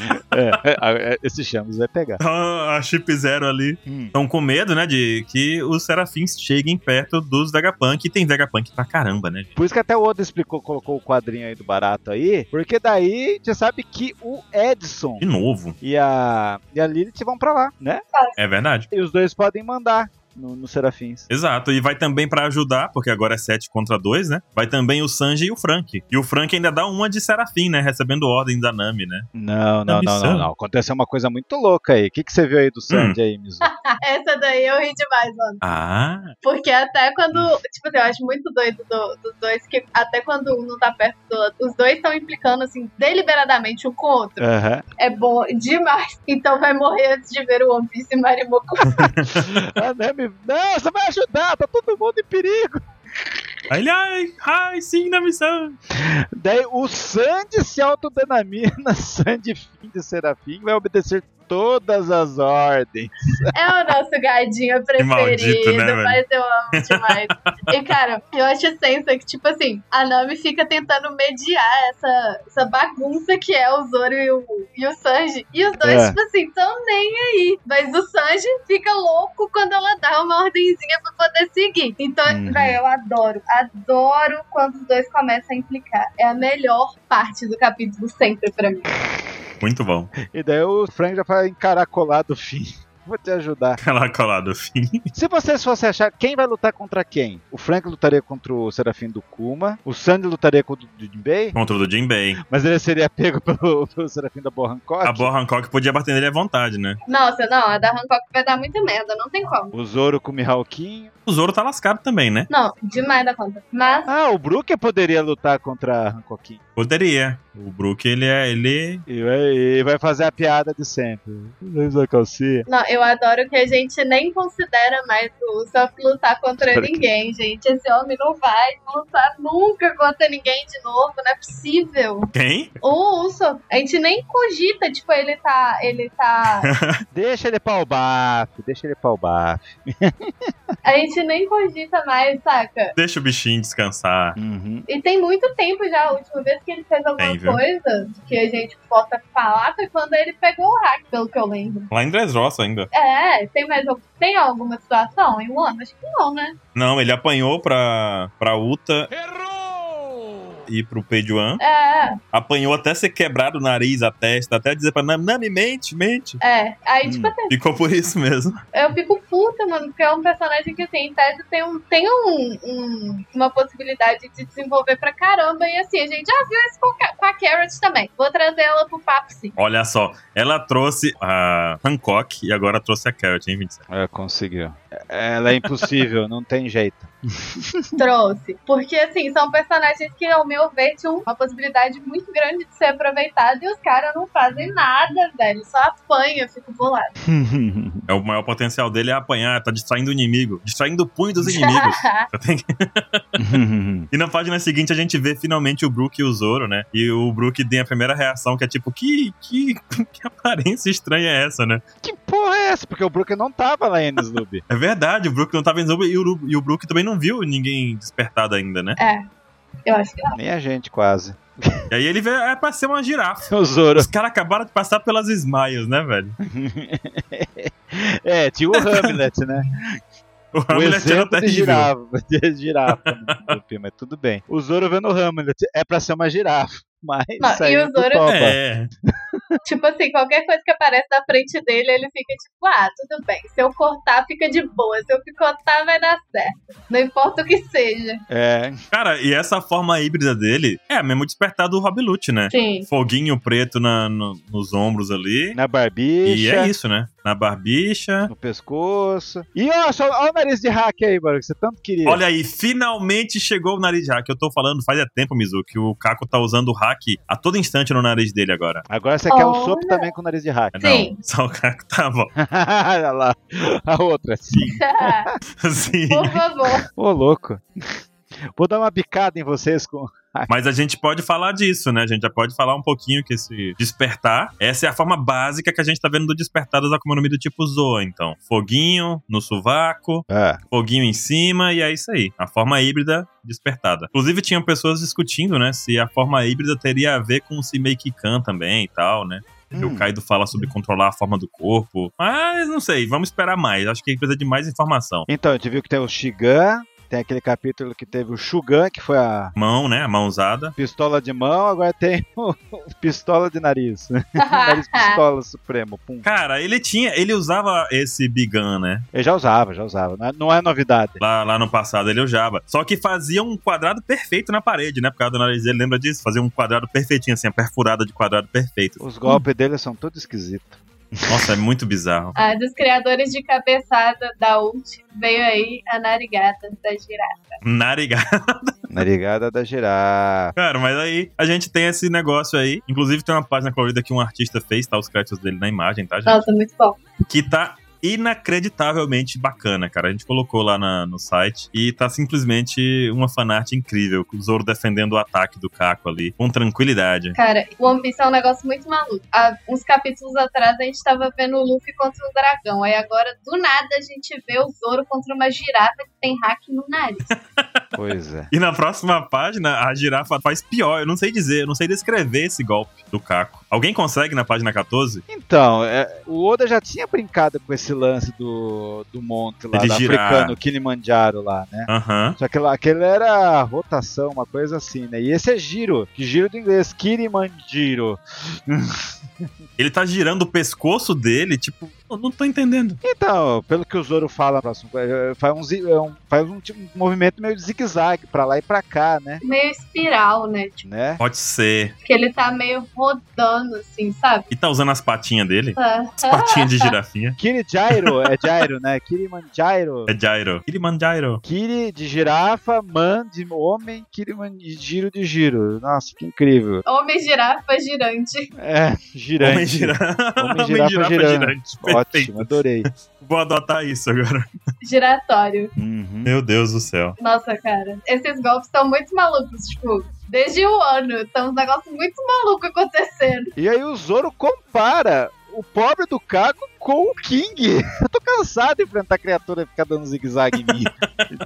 É, é, é, Esse chamas vai pegar. então, a Chip Zero ali. Hum. Estão com medo, né, de que os serafins cheguem perto dos Vegapunk. E tem Vegapunk pra caramba, né, gente? Por isso que até o Oda explicou, colocou o quadrinho aí do barato aí, porque daí já sabe que o Edson De novo. e a, e a Lilith vão pra lá, né? É verdade. E os dois podem mandar no, no Serafins. Exato, e vai também pra ajudar, porque agora é 7 contra 2, né? Vai também o Sanji e o Frank. E o Frank ainda dá uma de Serafim, né? Recebendo ordem da Nami, né? Não, não, não, Missão. não, não. Aconteceu uma coisa muito louca aí. O que, que você viu aí do Sandy aí, Mizu? Essa daí eu ri demais, mano. Ah, Porque até quando. Tipo assim, eu acho muito doido do- dos dois que até quando um não tá perto do outro, os dois estão implicando, assim, deliberadamente um com o outro. Aham. É bom demais. Então vai morrer antes de ver o One Piece e Marimoku. Ah, não, me- não, você vai ajudar, tá todo mundo em perigo. aí ele, ai, ai, sim, na missão. Daí o Sandy se autodenamina Sandy Fim de Serafim vai obedecer todas as ordens. É o nosso gadinho preferido, maldito, né, velho? mas eu amo demais. e, cara, eu acho sensa que, tipo assim, a Nami fica tentando mediar essa, essa bagunça que é o Zoro e o, e o Sanji. E os dois, É. tipo assim, tão nem aí. Mas o Sanji fica louco quando ela dá uma ordenzinha pra poder seguir. Então, Uhum. velho, eu adoro. Adoro quando os dois começam a implicar. É a melhor parte do capítulo sempre pra mim. Muito bom. E daí o Frank já vai encaracolar do fim. Vou te ajudar. Ela colado, fim. Se vocês fossem achar quem vai lutar contra quem, o Frank lutaria contra o Serafim do Kuma, o Sandy lutaria contra o Jinbei, Contra o do Jinbei. mas ele seria pego pelo, pelo Serafim da Boa Hancock. A Boa Hancock podia bater nele à vontade, né? Nossa, não, a da Hancock vai dar muita merda, não tem como. O Zoro com o Mihawkinho. O Zoro tá lascado também, né? Não, demais da conta. Mas Ah, o Brook poderia lutar contra a Hancockinho. Poderia. O Brook, ele é. Ele... E vai, e vai fazer a piada de sempre. Lembra da calcinha? Não, eu adoro que a gente nem considera mais o Usopp lutar contra Espera que- ninguém, gente. Esse homem não vai lutar nunca contra ninguém de novo, não é possível. Quem? O Usopp, a gente nem cogita, tipo, ele tá, ele tá Deixa ele pau bafo, deixa ele pau bafo. A gente nem cogita mais, saca? Deixa o bichinho descansar. Uhum. E tem muito tempo já, a última vez que ele fez alguma Tem, viu? coisa que a gente possa falar foi quando ele pegou o hack, pelo que eu lembro. Lá em Dressrosa ainda. É, tem mais al- tem alguma situação em um ano? Acho que não, né? Não, ele apanhou pra, pra Uta e pro Peijuan. É, Apanhou até ser quebrado o nariz, a testa, até dizer pra Nami, Nami, mente, mente. é. Aí, tipo Hum. assim, Ficou por isso mesmo. eu fico puta, mano, porque é um personagem que, assim, em tese tem, um, tem um, um- uma possibilidade de desenvolver pra caramba. E, assim, a gente já viu isso com, a- com a Carrot também. Vou trazer ela pro papo, sim. Olha só, ela trouxe a Hancock e agora trouxe a Carrot, hein, 27? É, conseguiu. Ela é impossível, não tem jeito. trouxe. Porque, assim, são personagens que, ao meu ver, tinham uma possibilidade muito grande de ser aproveitada e os caras não fazem nada, velho. Só apanha, eu fico bolado. É, o maior potencial dele é apanhar, tá distraindo o inimigo, distraindo o punho dos inimigos. Você tem que- E na página seguinte a gente vê finalmente o Brook e o Zoro, né? E o Brook tem a primeira reação que é tipo, que, que, que aparência estranha é essa, né? que porra é essa? Porque o Brook não tava lá ainda, Snoopy. É verdade, o Brook não tava em Zoro e o, e o Brook também não viu ninguém despertado ainda, né? eu acho que não. Nem a gente, quase. E aí ele vê, é pra ser uma girafa. O Zoro. Os caras acabaram de passar pelas esmaias, né, velho? É, tinha o Hamlet, né? O O Hamlet exemplo de girafa. De girafa, né, Snoopy, mas tudo bem. O Zoro vendo o Hamlet. É pra ser uma girafa. Mas Não, saiu Ah, e o do Zoro- topa. É, Tipo assim, qualquer coisa que aparece na frente dele, ele fica tipo, ah, tudo bem. Se eu cortar, fica de boa. Se eu picotar, vai dar certo. Não importa o que seja. É. cara, e essa forma híbrida dele é mesmo despertar do Rob Lute, né? Sim. Foguinho preto na- no- nos ombros ali. É, Na E barbicha. é isso, né? Na barbicha. No pescoço. E ó, só, ó o nariz de hack aí, mano, que você tanto queria. Olha aí, finalmente chegou o nariz de hack. Eu tô falando faz é tempo, Mizu, que o Caco tá usando o hack a todo instante no nariz dele agora. Agora você quer o Olha. sopro também com o nariz de hack. Sim. Não, só o Caco tá bom. Olha lá. A outra. assim. Sim. Ah, Por favor. Ô, louco. Vou dar uma bicada em vocês com. Mas a gente pode falar disso, né? A gente já pode falar um pouquinho que esse despertar. Essa é a forma básica que a gente tá vendo do despertar das Akuma no Mi do tipo Zoa, então. Foguinho no sovaco, Ah, foguinho em cima, e é isso aí. A forma híbrida despertada. Inclusive, tinham pessoas discutindo, né? Se a forma híbrida teria a ver com o Simeikikan também e tal, né? Que O Hum. Kaido fala sobre controlar a forma do corpo. Mas não sei, vamos esperar mais. Acho que precisa de mais informação. Então, a gente viu que tem o Shigan, tem aquele capítulo que teve o Shugan, que foi a Mão, né? A mão usada. pistola de mão, agora tem o o pistola de nariz. nariz pistola supremo, pum. Cara, ele tinha. Ele usava esse Bigan, né? Eu já usava, já usava. Não é, não é novidade. Lá, lá no passado ele usava. Só que fazia um quadrado perfeito na parede, né? Por causa do nariz dele, lembra disso? Fazia um quadrado perfeitinho, assim, a perfurada de quadrado perfeito. Os golpes dele são todos esquisitos. Nossa, é muito bizarro. Ah, dos criadores de cabeçada da ult, veio aí a narigata da girafa. Narigá. Narigada da girafa. Cara, mas aí a gente tem esse negócio aí. Inclusive tem uma página colorida que um artista fez, tá? Os créditos dele na imagem, tá, gente? Nossa, muito bom. que tá inacreditavelmente bacana, cara. A gente colocou lá na- no site e tá simplesmente uma fanart incrível, com o Zoro defendendo o ataque do Caco ali, com tranquilidade. Cara, o One Piece é um negócio muito maluco. Há uns capítulos atrás a gente tava vendo o Luffy contra um dragão. Aí agora, do nada, a gente vê o Zoro contra uma girafa que tem hack no nariz. Pois é. E na próxima página, a girafa faz pior. Eu não sei dizer, eu não sei descrever esse golpe do Caco. Alguém consegue na página 14? Então, é, o Oda já tinha brincado com esse lance do, do monte lá, De do girar. africano, o Kilimanjaro lá, né? Aham. Só que lá, aquele era rotação, uma coisa assim, né? E esse é giro, que giro do inglês, Kilimanjaro. Ele tá girando o pescoço dele, tipo, eu não tô entendendo. Então, pelo que o Zoro fala, próximo, eh, faz um, zi- é um- faz um tipo- um movimento meio de zigue-zague, pra lá e pra cá, né? Meio espiral, né? Tipo, né? Pode ser. que ele tá meio rodando rolando, assim, sabe? E tá usando as patinhas dele? Ah, As patinhas de girafinha. Kirijairo, é Jairo, né? Kirimanjairo. É Jairo. Kilimanjaro. Kiri de girafa, man de homem, Kiriman de giro de giro. Nossa, que incrível. Homem girafa girante. É, girante. Homem girante. Homem girafa girante. Ótimo, Perfeito. adorei. Vou adotar isso agora. Giratório. Uhum. Meu Deus do céu. Nossa, cara. Esses golpes são muito malucos, tipo, desde o ano. Tá uns negócios muito malucos acontecendo. E aí o Zoro compara o pobre do Caco com o King. Eu tô cansado de enfrentar criatura e ficar dando zigue-zague em mim.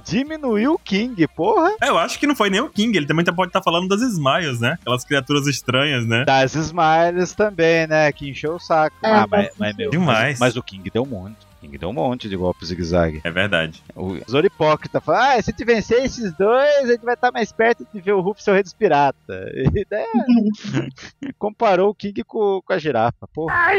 Diminuiu o King, porra. É, eu acho que não foi nem o King. Ele também tá- pode estar falando das Smiles, né? Aquelas criaturas estranhas, né? Das Smiles também, né? Que encheu o saco. É, ah, mas, faz sentido. mas meu. Demais. Mas, o King deu um monte. O King deu um monte de golpe zigue-zague. É verdade. O Zoro hipócrita fala: Ah, se te vencer esses dois, a gente vai estar mais perto de ver o Ruff seu rei dos pirata. E né, comparou o King com, com a girafa. Porra.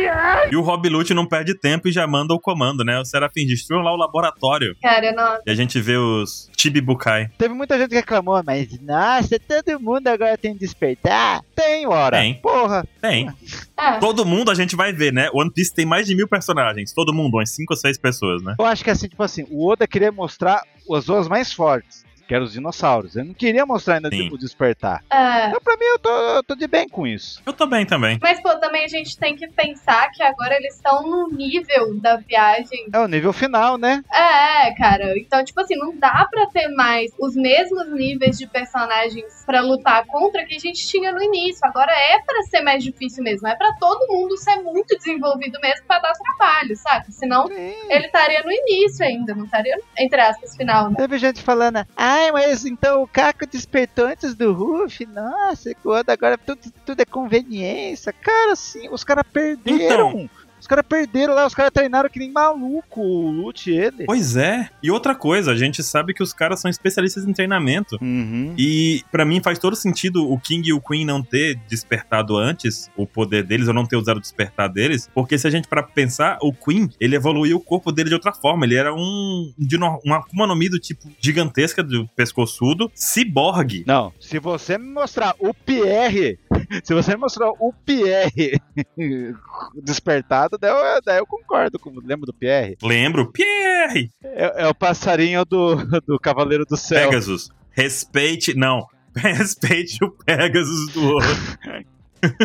E o Rob Lute não perde tempo e já manda o comando, né? O Serafim, destruam lá o laboratório. Cara, nossa. E a gente vê os Chibibukai. Teve muita gente que reclamou, mas nossa, todo mundo agora tem despertar. Tem, hora. Tem. Porra. Tem. Ah, Todo mundo a gente vai ver, né? One Piece tem mais de mil personagens. Todo mundo, umas 5 ou 6 pessoas, né? Eu acho que assim, tipo assim, o Oda queria mostrar as zonas mais fortes, que eram os dinossauros. Ele não queria mostrar ainda Sim. o despertar. ah. Então, pra mim, eu tô, eu tô de bem com isso. Eu também, também. Mas, pô, também a gente tem que pensar que agora eles estão num nível da viagem. É o nível final, né? É, cara. Então, tipo assim, não dá pra ter mais os mesmos níveis de personagens pra lutar contra que a gente tinha no início. Agora é pra ser mais difícil mesmo. É pra todo mundo ser muito desenvolvido mesmo pra dar trabalho, saca? Senão ele estaria no início ainda, não estaria, entre aspas, final, né? Teve gente falando, ai, mas então o Caco despertou antes do Ruff? Nossa, o Oda agora tudo, tudo é conveniência. Cara, assim, os caras perderam. Então. Os caras perderam lá, os caras treinaram que nem maluco o Lute e ele. Pois é. E outra coisa, a gente sabe que os caras são especialistas em treinamento. Uhum. E pra mim faz todo sentido o King e o Queen não ter despertado antes o poder deles, ou não ter usado o despertar deles, porque se a gente para pensar, o Queen, ele evoluiu o corpo dele de outra forma, ele era um dino, uma Akuma no Mi do tipo gigantesca do pescoçudo, ciborgue. Não, se você me mostrar o Pierre, se você me mostrar o Pierre despertado, daí eu, daí eu concordo, com, lembra do Pierre? Lembro, Pierre, É, é o passarinho do, do Cavaleiro do Céu. Pegasus. Respeite, não. Respeite o Pegasus do outro.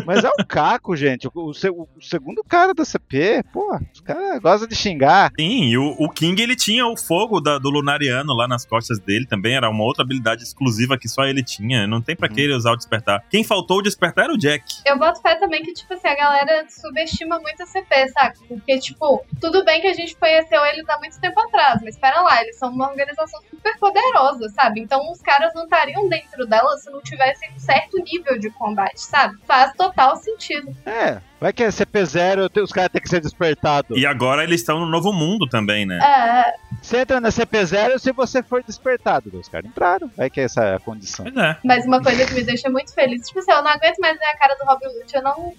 Mas é o Caco, gente. O, o se- o segundo cara da CP, pô, os caras gostam de xingar. Sim, e o, o King ele tinha o fogo da- do Lunariano lá nas costas dele também, era uma outra habilidade exclusiva que só ele tinha, não tem pra que ele usar o despertar. Quem faltou o despertar era o Jack. Eu boto fé também que, tipo assim, a galera subestima muito a CP, saca? Porque, tipo, tudo bem que a gente conheceu eles há muito tempo atrás, mas pera lá, eles são uma organização super poderosa, sabe? Então os caras não estariam dentro dela se não tivessem um certo nível de combate, sabe? Faz total sentido. É, vai que é CP0, te- os caras têm que ser despertados. E agora eles estão no novo mundo também, né? É, Você entra na CP0 se você for despertado. Os caras entraram, vai que essa é a condição. Pois é. mas uma coisa que me deixa muito feliz, tipo assim, eu não aguento mais ver a cara do Rob Lute, eu não,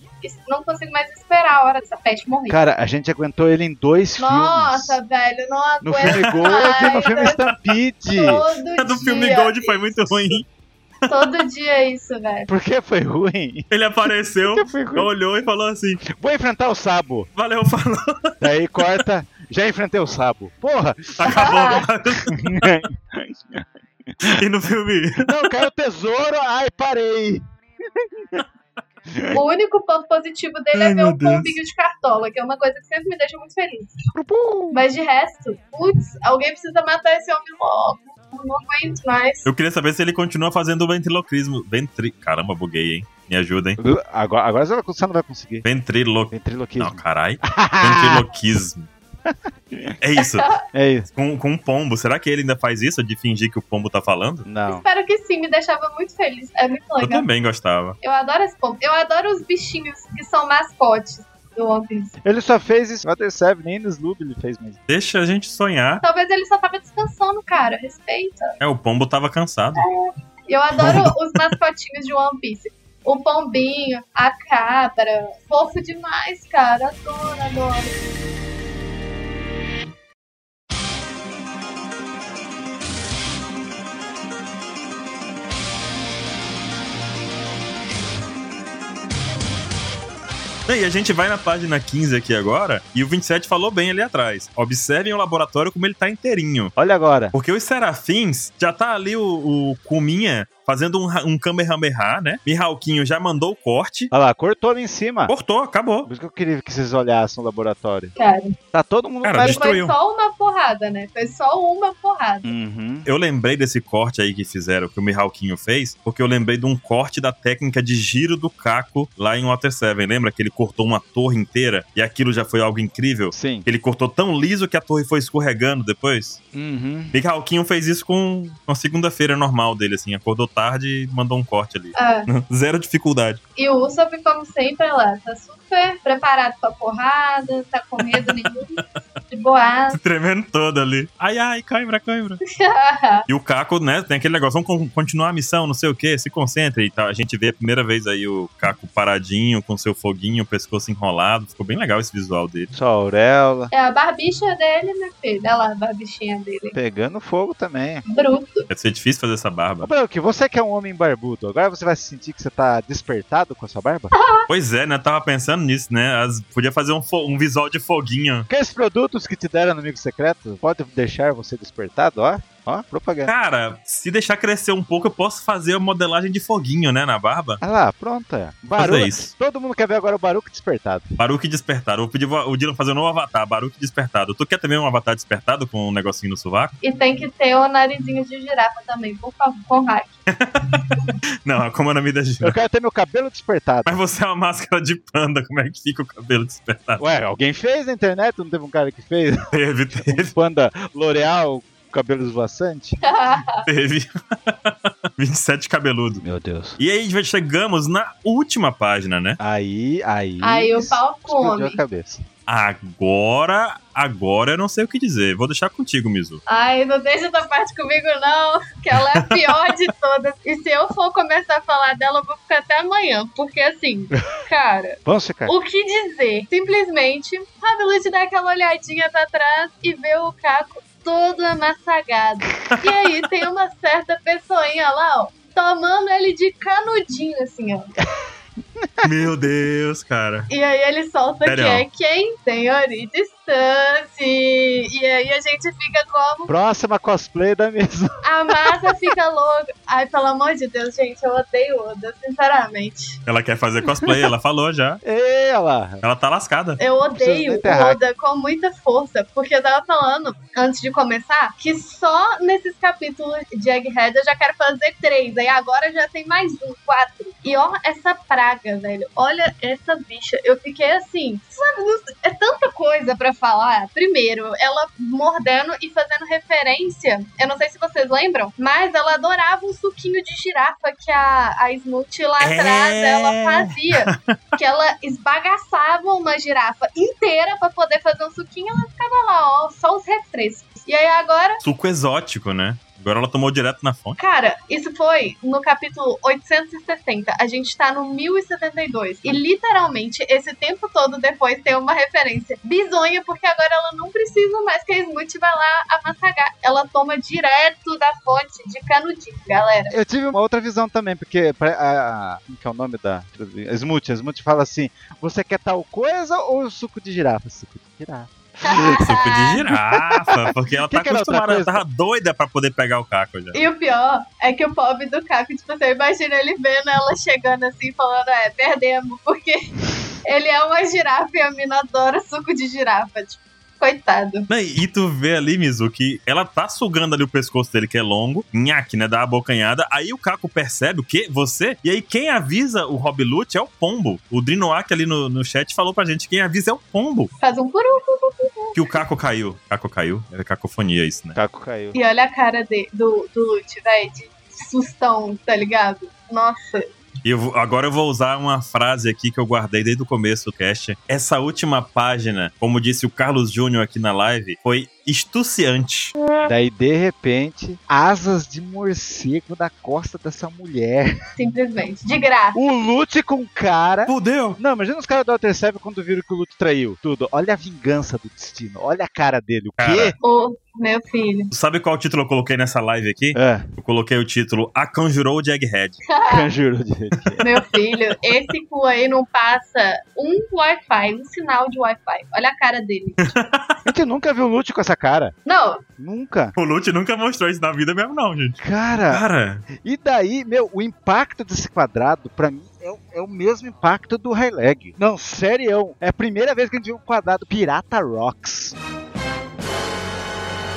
não consigo mais esperar a hora dessa peste morrer. Cara, a gente aguentou ele em dois Nossa, filmes. velho, não aguento No filme Gold e mais. no filme Stampede. Do Todo dia. filme Gold foi muito ruim. Todo dia isso, velho. Por que foi ruim? Ele apareceu, Por que foi ruim? olhou e falou assim: Vou enfrentar o Sabo. Valeu, falou, Daí corta, já enfrentei o Sabo. Porra! acabou. e no filme. Não, caiu o tesouro, ai, parei. O único ponto positivo Ai, dele é ver meu o Deus. pombinho de cartola, que é uma coisa que sempre me deixa muito feliz. Mas de resto, putz, alguém precisa matar esse homem logo. Eu Não aguento mais. Eu queria saber se ele continua fazendo o ventriloquismo. Ventri. Caramba, buguei, hein? Me ajuda, hein? Agora, agora você não- você não vai conseguir. Ventriloquismo. Não, Ventriloquismo. carai. Ah. Ventriloquismo. É isso, É isso. com, com um pombo. Será que ele ainda faz isso de fingir que o pombo tá falando? Não. Espero que sim, me deixava muito feliz. É muito Eu legal. também gostava. Eu adoro esse pombo. Eu adoro os bichinhos que são mascotes do One Piece. Ele só fez isso. Water 7, nem no Sloob ele fez mesmo. Deixa a gente sonhar. Talvez ele só tava descansando, cara. Respeita. É, o pombo tava cansado. Eu adoro os mascotinhos de One Piece. O pombinho, a cabra. Fofo demais, cara. Adoro, adoro. E a gente vai na página 15 aqui agora, e o 27 falou bem ali atrás. Observem o laboratório como ele tá inteirinho. Olha agora. Porque os serafins, já tá ali o, o Kuminha fazendo um, ra- um Kamehameha, né? Mihawkinho já mandou o corte. Olha lá, cortou ali em cima. Cortou, acabou. Por isso que eu queria que vocês olhassem o laboratório. cara. Tá todo mundo Cara, mais- Mas foi Destruiu. só uma porrada, né? Foi só uma porrada. Uhum. Eu lembrei desse corte aí que fizeram, que o Mihawkinho fez, porque eu lembrei de um corte da técnica de giro do Caco lá em Water 7. Lembra que ele cortou uma torre inteira e aquilo já foi algo incrível? Sim. Ele cortou tão liso que a torre foi escorregando depois. Uhum. Mihawkinho fez isso com uma segunda-feira normal dele, assim. Acordou tarde e mandou um corte ali. Ah, Zero dificuldade. e o Usopp, como sempre, lá, tá super preparado pra porrada, tá com medo nenhum, de boa. Tremendo todo ali. Ai, ai, cãibra, cãibra. E o Caco, né, tem aquele negócio, vamos con- continuar a missão, não sei o quê, se concentre e tal. A gente vê a primeira vez aí o Caco paradinho, com seu foguinho, o pescoço enrolado. Ficou bem legal esse visual dele. Só a auréola. É a barbicha dele, meu filho. Olha lá a barbichinha dele. Pegando fogo também. Bruto. Deve ser difícil fazer essa Ô, barba. Branco, você que é um homem barbudo, agora você vai se sentir que você tá despertado com a sua barba? Pois é, né, tava pensando nisso, né, as- podia fazer um, fo- um visual de foguinho. Aqueles produtos que te deram no amigo secreto podem deixar você despertado, ó. Ó, propaganda. Cara, se deixar crescer um pouco, eu posso fazer a modelagem de foguinho, né, na barba. Ah lá, pronta. Fazer Barulho. isso. Todo mundo quer ver agora o Baruque despertado. Baruque despertado. Vou pedir o Dylan fazer um novo avatar, Baruque despertado. Tu quer também um avatar despertado com um negocinho no sovaco? E tem que ter o narizinho de girafa também, por favor, com hack. Não, a comanda me deixa. Eu quero ter meu cabelo despertado. Mas você é uma máscara de panda, como é que fica o cabelo despertado? Ué, alguém fez na internet? Não teve um cara que fez? Teve, teve, Um panda L'Oreal, com cabelo esvoaçante? teve. 27 cabeludo. Meu Deus. E aí já chegamos na última página, né? Aí, aí. Aí o pau explodiu come. a cabeça. Agora, agora eu não sei o que dizer. Vou deixar contigo, Mizu. Ai, não deixa essa parte comigo, não, que ela é a pior de todas. E se eu for começar a falar dela, eu vou ficar até amanhã. Porque assim, cara. Vamos ficar. O que dizer? Simplesmente, Ravelude dá aquela olhadinha pra trás e vê o Caco todo amassagado. E aí tem uma certa pessoinha lá, ó, tomando ele de canudinho, assim, ó. Meu Deus, cara. E aí ele solta Sério? que é quem? Senhorita Distance. E aí a gente fica como? Próxima cosplay da mesa. A massa fica louca. Ai, pelo amor de Deus, gente, eu odeio o Oda, sinceramente. Ela quer fazer cosplay, ela falou já. Ei, olha lá. Ela tá lascada. Eu precisa nem odeio ter hack. o Oda com muita força, porque eu tava falando antes de começar que só nesses capítulos de Egghead eu já quero fazer três, aí agora já tem mais um, quatro. E ó, essa praga, velho. Olha essa bicha. Eu fiquei assim, sabe, não- é tanta coisa pra falar. Primeiro, ela mordendo e fazendo referência. Eu não sei se vocês lembram, mas ela adorava um suquinho de girafa que a, a Smoot lá É. atrás ela fazia que ela esbagaçava uma girafa inteira pra poder fazer um suquinho, ela ficava lá, ó, só os refrescos. E aí agora, Suco exótico, né? Agora ela tomou direto na fonte. cara, isso foi no capítulo 860, a gente tá no 1072. E literalmente, esse tempo todo depois tem uma referência bizonha, porque agora ela não precisa mais que a Smooth vá lá amassagar. Ela toma direto da fonte de canudinho, galera. Eu tive uma outra visão também, porque pra- a, a- como que é o nome da a Smooth, a Smooth fala assim: você quer tal coisa ou suco de girafa? Suco de girafa. Suco de girafa, porque ela Que tá que era outra acostumada, ela coisa? tava doida pra poder pegar o caco já. E o pior é que o pobre do Caco, tipo assim, eu imagino ele vendo ela chegando assim, falando, é, perdemos, porque ele é uma girafa e a mina adora suco de girafa, tipo, coitado. Não, e e tu vê ali, Mizu, que ela tá sugando ali o pescoço dele, que é longo, nhaque, né? Dá a bocanhada. Aí o Caco percebe o quê? Você? E aí quem avisa o Rob Lute é o Pombo. O Drinoak ali no, no chat falou pra gente: quem avisa é o Pombo Faz um puru. que o Caco caiu. Caco caiu? É cacofonia isso, né? Caco caiu. E olha a cara de, do, do Lute, velho, de sustão, tá ligado? Nossa, E eu vou- agora eu vou usar uma frase aqui que eu guardei desde o começo do cast. Essa última página, como disse o Carlos Júnior aqui na live, foi estuciante. Daí, de repente, asas de morcego na costa dessa mulher. simplesmente, de graça. O Lute com cara. Fudeu! Não, imagina os caras do Alter Seven quando viram que o Lute traiu tudo. Olha a vingança do destino. Olha a cara dele. O Cara, quê? O Meu filho. Sabe qual título eu coloquei nessa live aqui? É, Eu coloquei o título A Conjurou de Egghead. Kanjuro de Egghead. Meu filho, esse cu aí não passa um Wi-Fi, um sinal de Wi-Fi. Olha a cara dele. A gente nunca viu o Lute com essa cara. Não, Nunca. O Lute nunca mostrou isso na vida mesmo, não, gente. Cara, Cara, e daí, meu, o impacto desse quadrado, pra mim, é, o- é o mesmo impacto do high leg. Não, sério. É a primeira vez que a gente viu um quadrado Pirata Rocks.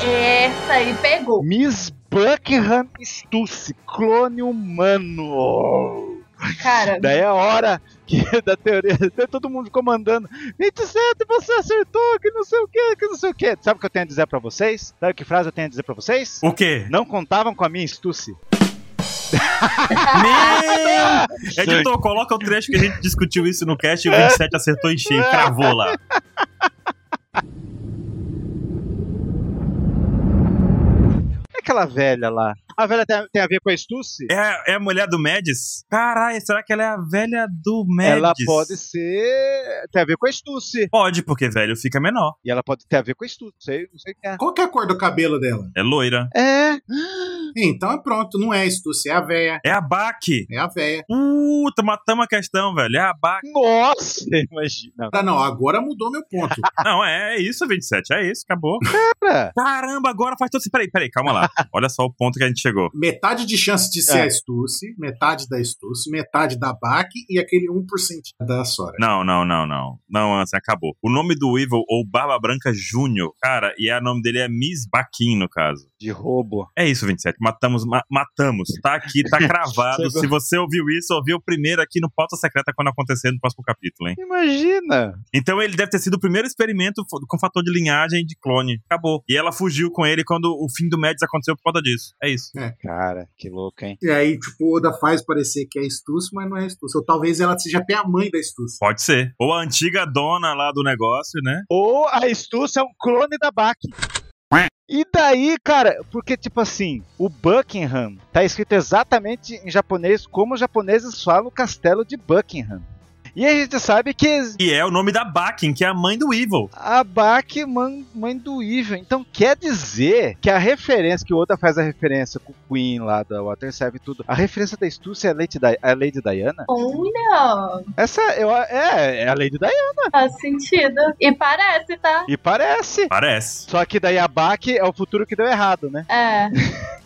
essa aí pegou. Miss Buckingham Stussy, clone humano. Cara, Daí é a hora que da teoria, até todo mundo ficou mandando 27, você acertou, que não sei o que, que não sei o que. Sabe o que eu tenho a dizer pra vocês? Sabe que frase eu tenho a dizer pra vocês? o quê? Não contavam com a minha estusse. Meu! É tipo Editor, coloca o trecho que a gente discutiu isso no cast e o 27 acertou em cheio, cravou lá. É aquela velha lá. A velha tem, tem a ver com a estusse? É, a- é a mulher do Mads? Caralho, será que ela é a velha do Mads? Ela pode ser. tem a ver com a estusse. Pode, porque velho fica menor. E ela pode ter a ver com a estusse. Não sei, não sei o que é. Qual que é a cor do cabelo dela? É loira. É. Então é pronto, não é Stussy, é a véia. É a Baque. É a véia. Puta, matamos a questão, velho. É a Baque. Nossa, imagina. Ah, não, agora mudou meu ponto. Não, é isso, 27. É isso, acabou. Cara, Caramba, agora faz todo. Peraí, peraí, calma lá. Olha só o ponto que a gente chegou. metade de chance de ser É. a Stussy, metade da Stussy, metade da BAC e aquele 1% da Sora. Não, não, não, não. Não, assim, acabou. O nome do Evil, ou Barba Branca Júnior, cara, e a- o nome dele é Miss Baquin, no caso. de roubo. É isso, 27. Matamos, ma- matamos. Tá aqui, tá cravado. Chegou. Se você ouviu isso, ouviu primeiro aqui no Pauta Secreta quando acontecer no próximo capítulo, hein? Imagina. Então ele deve ter sido o primeiro experimento fo- com fator de linhagem de clone. Acabou. E ela fugiu com ele quando o fim do Mads aconteceu por conta disso. É isso. Cara, que louco, hein? E aí, tipo, o Oda faz parecer que é Stussy, mas não é Stussy. Ou talvez ela seja até a mãe da Stussy. Pode ser. Ou a antiga dona lá do negócio, né? Ou a Estúcia é um clone da Bach. E daí, cara, porque tipo assim, o Buckingham tá escrito exatamente em japonês como os japoneses falam o castelo de Buckingham. E a gente sabe que E é o nome da Bakin, que é a mãe do Evil. a Bach é man- mãe do Evil. Então quer dizer que a referência, que o Oda faz a referência com o Queen lá da Water Seven e tudo, a referência da Estúcia é a Lady, Di- a Lady Diana? olha, Essa eu, é, é a Lady Diana. faz sentido. E parece, tá? E parece. Parece. Só que daí a Bach é o futuro que deu errado, né? É.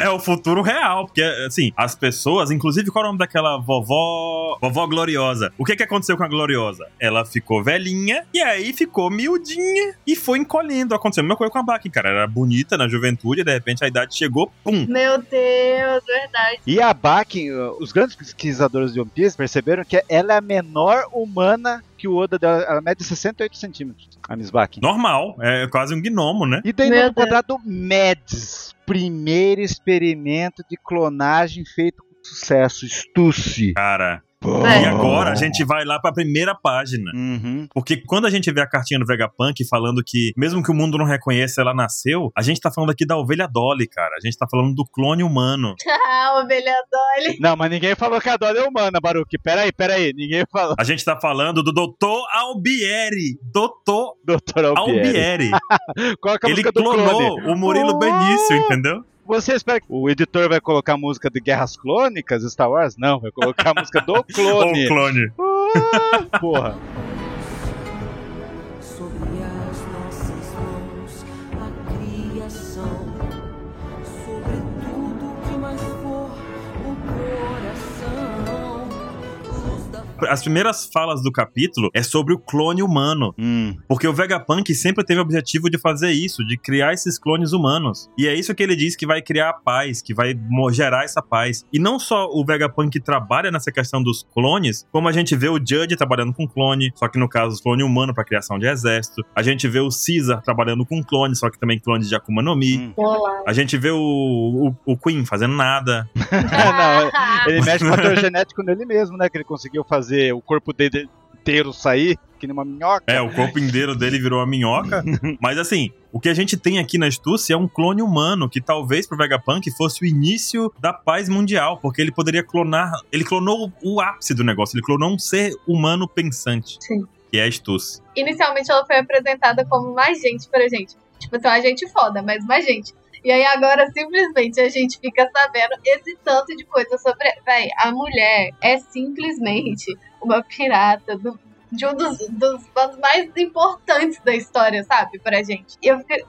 É o futuro real, porque, assim, as pessoas, inclusive, qual é o nome daquela vovó? Vovó Gloriosa. O que que aconteceu com a Gloriosa? Ela ficou velhinha, e aí ficou miudinha, e foi encolhendo. Aconteceu a mesma coisa com a Baque, cara. Era bonita na juventude, e de repente a idade chegou, pum. Meu Deus, verdade. E a Bakken, os grandes pesquisadores de One Piece perceberam que ela é a menor humana que o Oda deu. Ela mede 68 centímetros, a Miss Bakken. Normal, é quase um gnomo, né? E daí Meu no Deus. quadrado MEDS, primeiro experimento de clonagem feito com sucesso, Stussy. Cara, É. e agora a gente vai lá pra primeira página. Uhum. Porque quando a gente vê a cartinha do Vegapunk falando que, mesmo que o mundo não reconheça, ela nasceu, a gente tá falando aqui da ovelha Dolly, cara. A gente tá falando do clone humano. Ah, ovelha Dolly. Não, mas ninguém falou que a Dora é humana, Baruque. Peraí, peraí. Ninguém falou. A gente tá falando do Dr. Albieri. Dr. Doutor Albieri. Albieri. Coloca a Ele música do clonou clone. o Murilo Oh! Benício, entendeu? Você espera que o editor vai colocar a música de Guerras Clônicas, Star Wars? Não, vai colocar a música do Ou clone. clone. Ah, Porra. Sobre as nossas mãos, a criação. Sobre tudo que mais for, o coração. Luz da As primeiras falas do capítulo é sobre o clone humano. Hum. Porque o Vegapunk sempre teve o objetivo de fazer isso, de criar esses clones humanos. E é isso que ele diz que vai criar a paz, que vai mo- gerar essa paz. E não só o Vegapunk trabalha nessa questão dos clones, como a gente vê o Judge trabalhando com clone, só que no caso os clone humano para criação de exército. A gente vê o Caesar trabalhando com clone, só que também clone de Akuma no Mi. Hum. Olá. A gente vê o, o, o Queen fazendo nada. Não, Ele mexe com o fator genético nele mesmo, né? Que ele conseguiu fazer o corpo dele inteiro sair, que nem uma minhoca. É, o corpo inteiro dele virou uma minhoca. Mas assim, o que a gente tem aqui na Stussy é um clone humano, que talvez pro Vegapunk fosse o início da paz mundial, porque ele poderia clonar. Ele clonou o ápice do negócio, ele clonou um ser humano pensante. Sim. Que é a Stussy. Inicialmente ela foi apresentada como mais gente pra gente. Tipo, tem uma gente foda, mas uma gente. E aí agora simplesmente a gente fica sabendo esse tanto de coisa sobre. Véi, a mulher é simplesmente uma pirata do- de um dos, dos bandos mais importantes da história, sabe? Pra gente. E eu fiquei.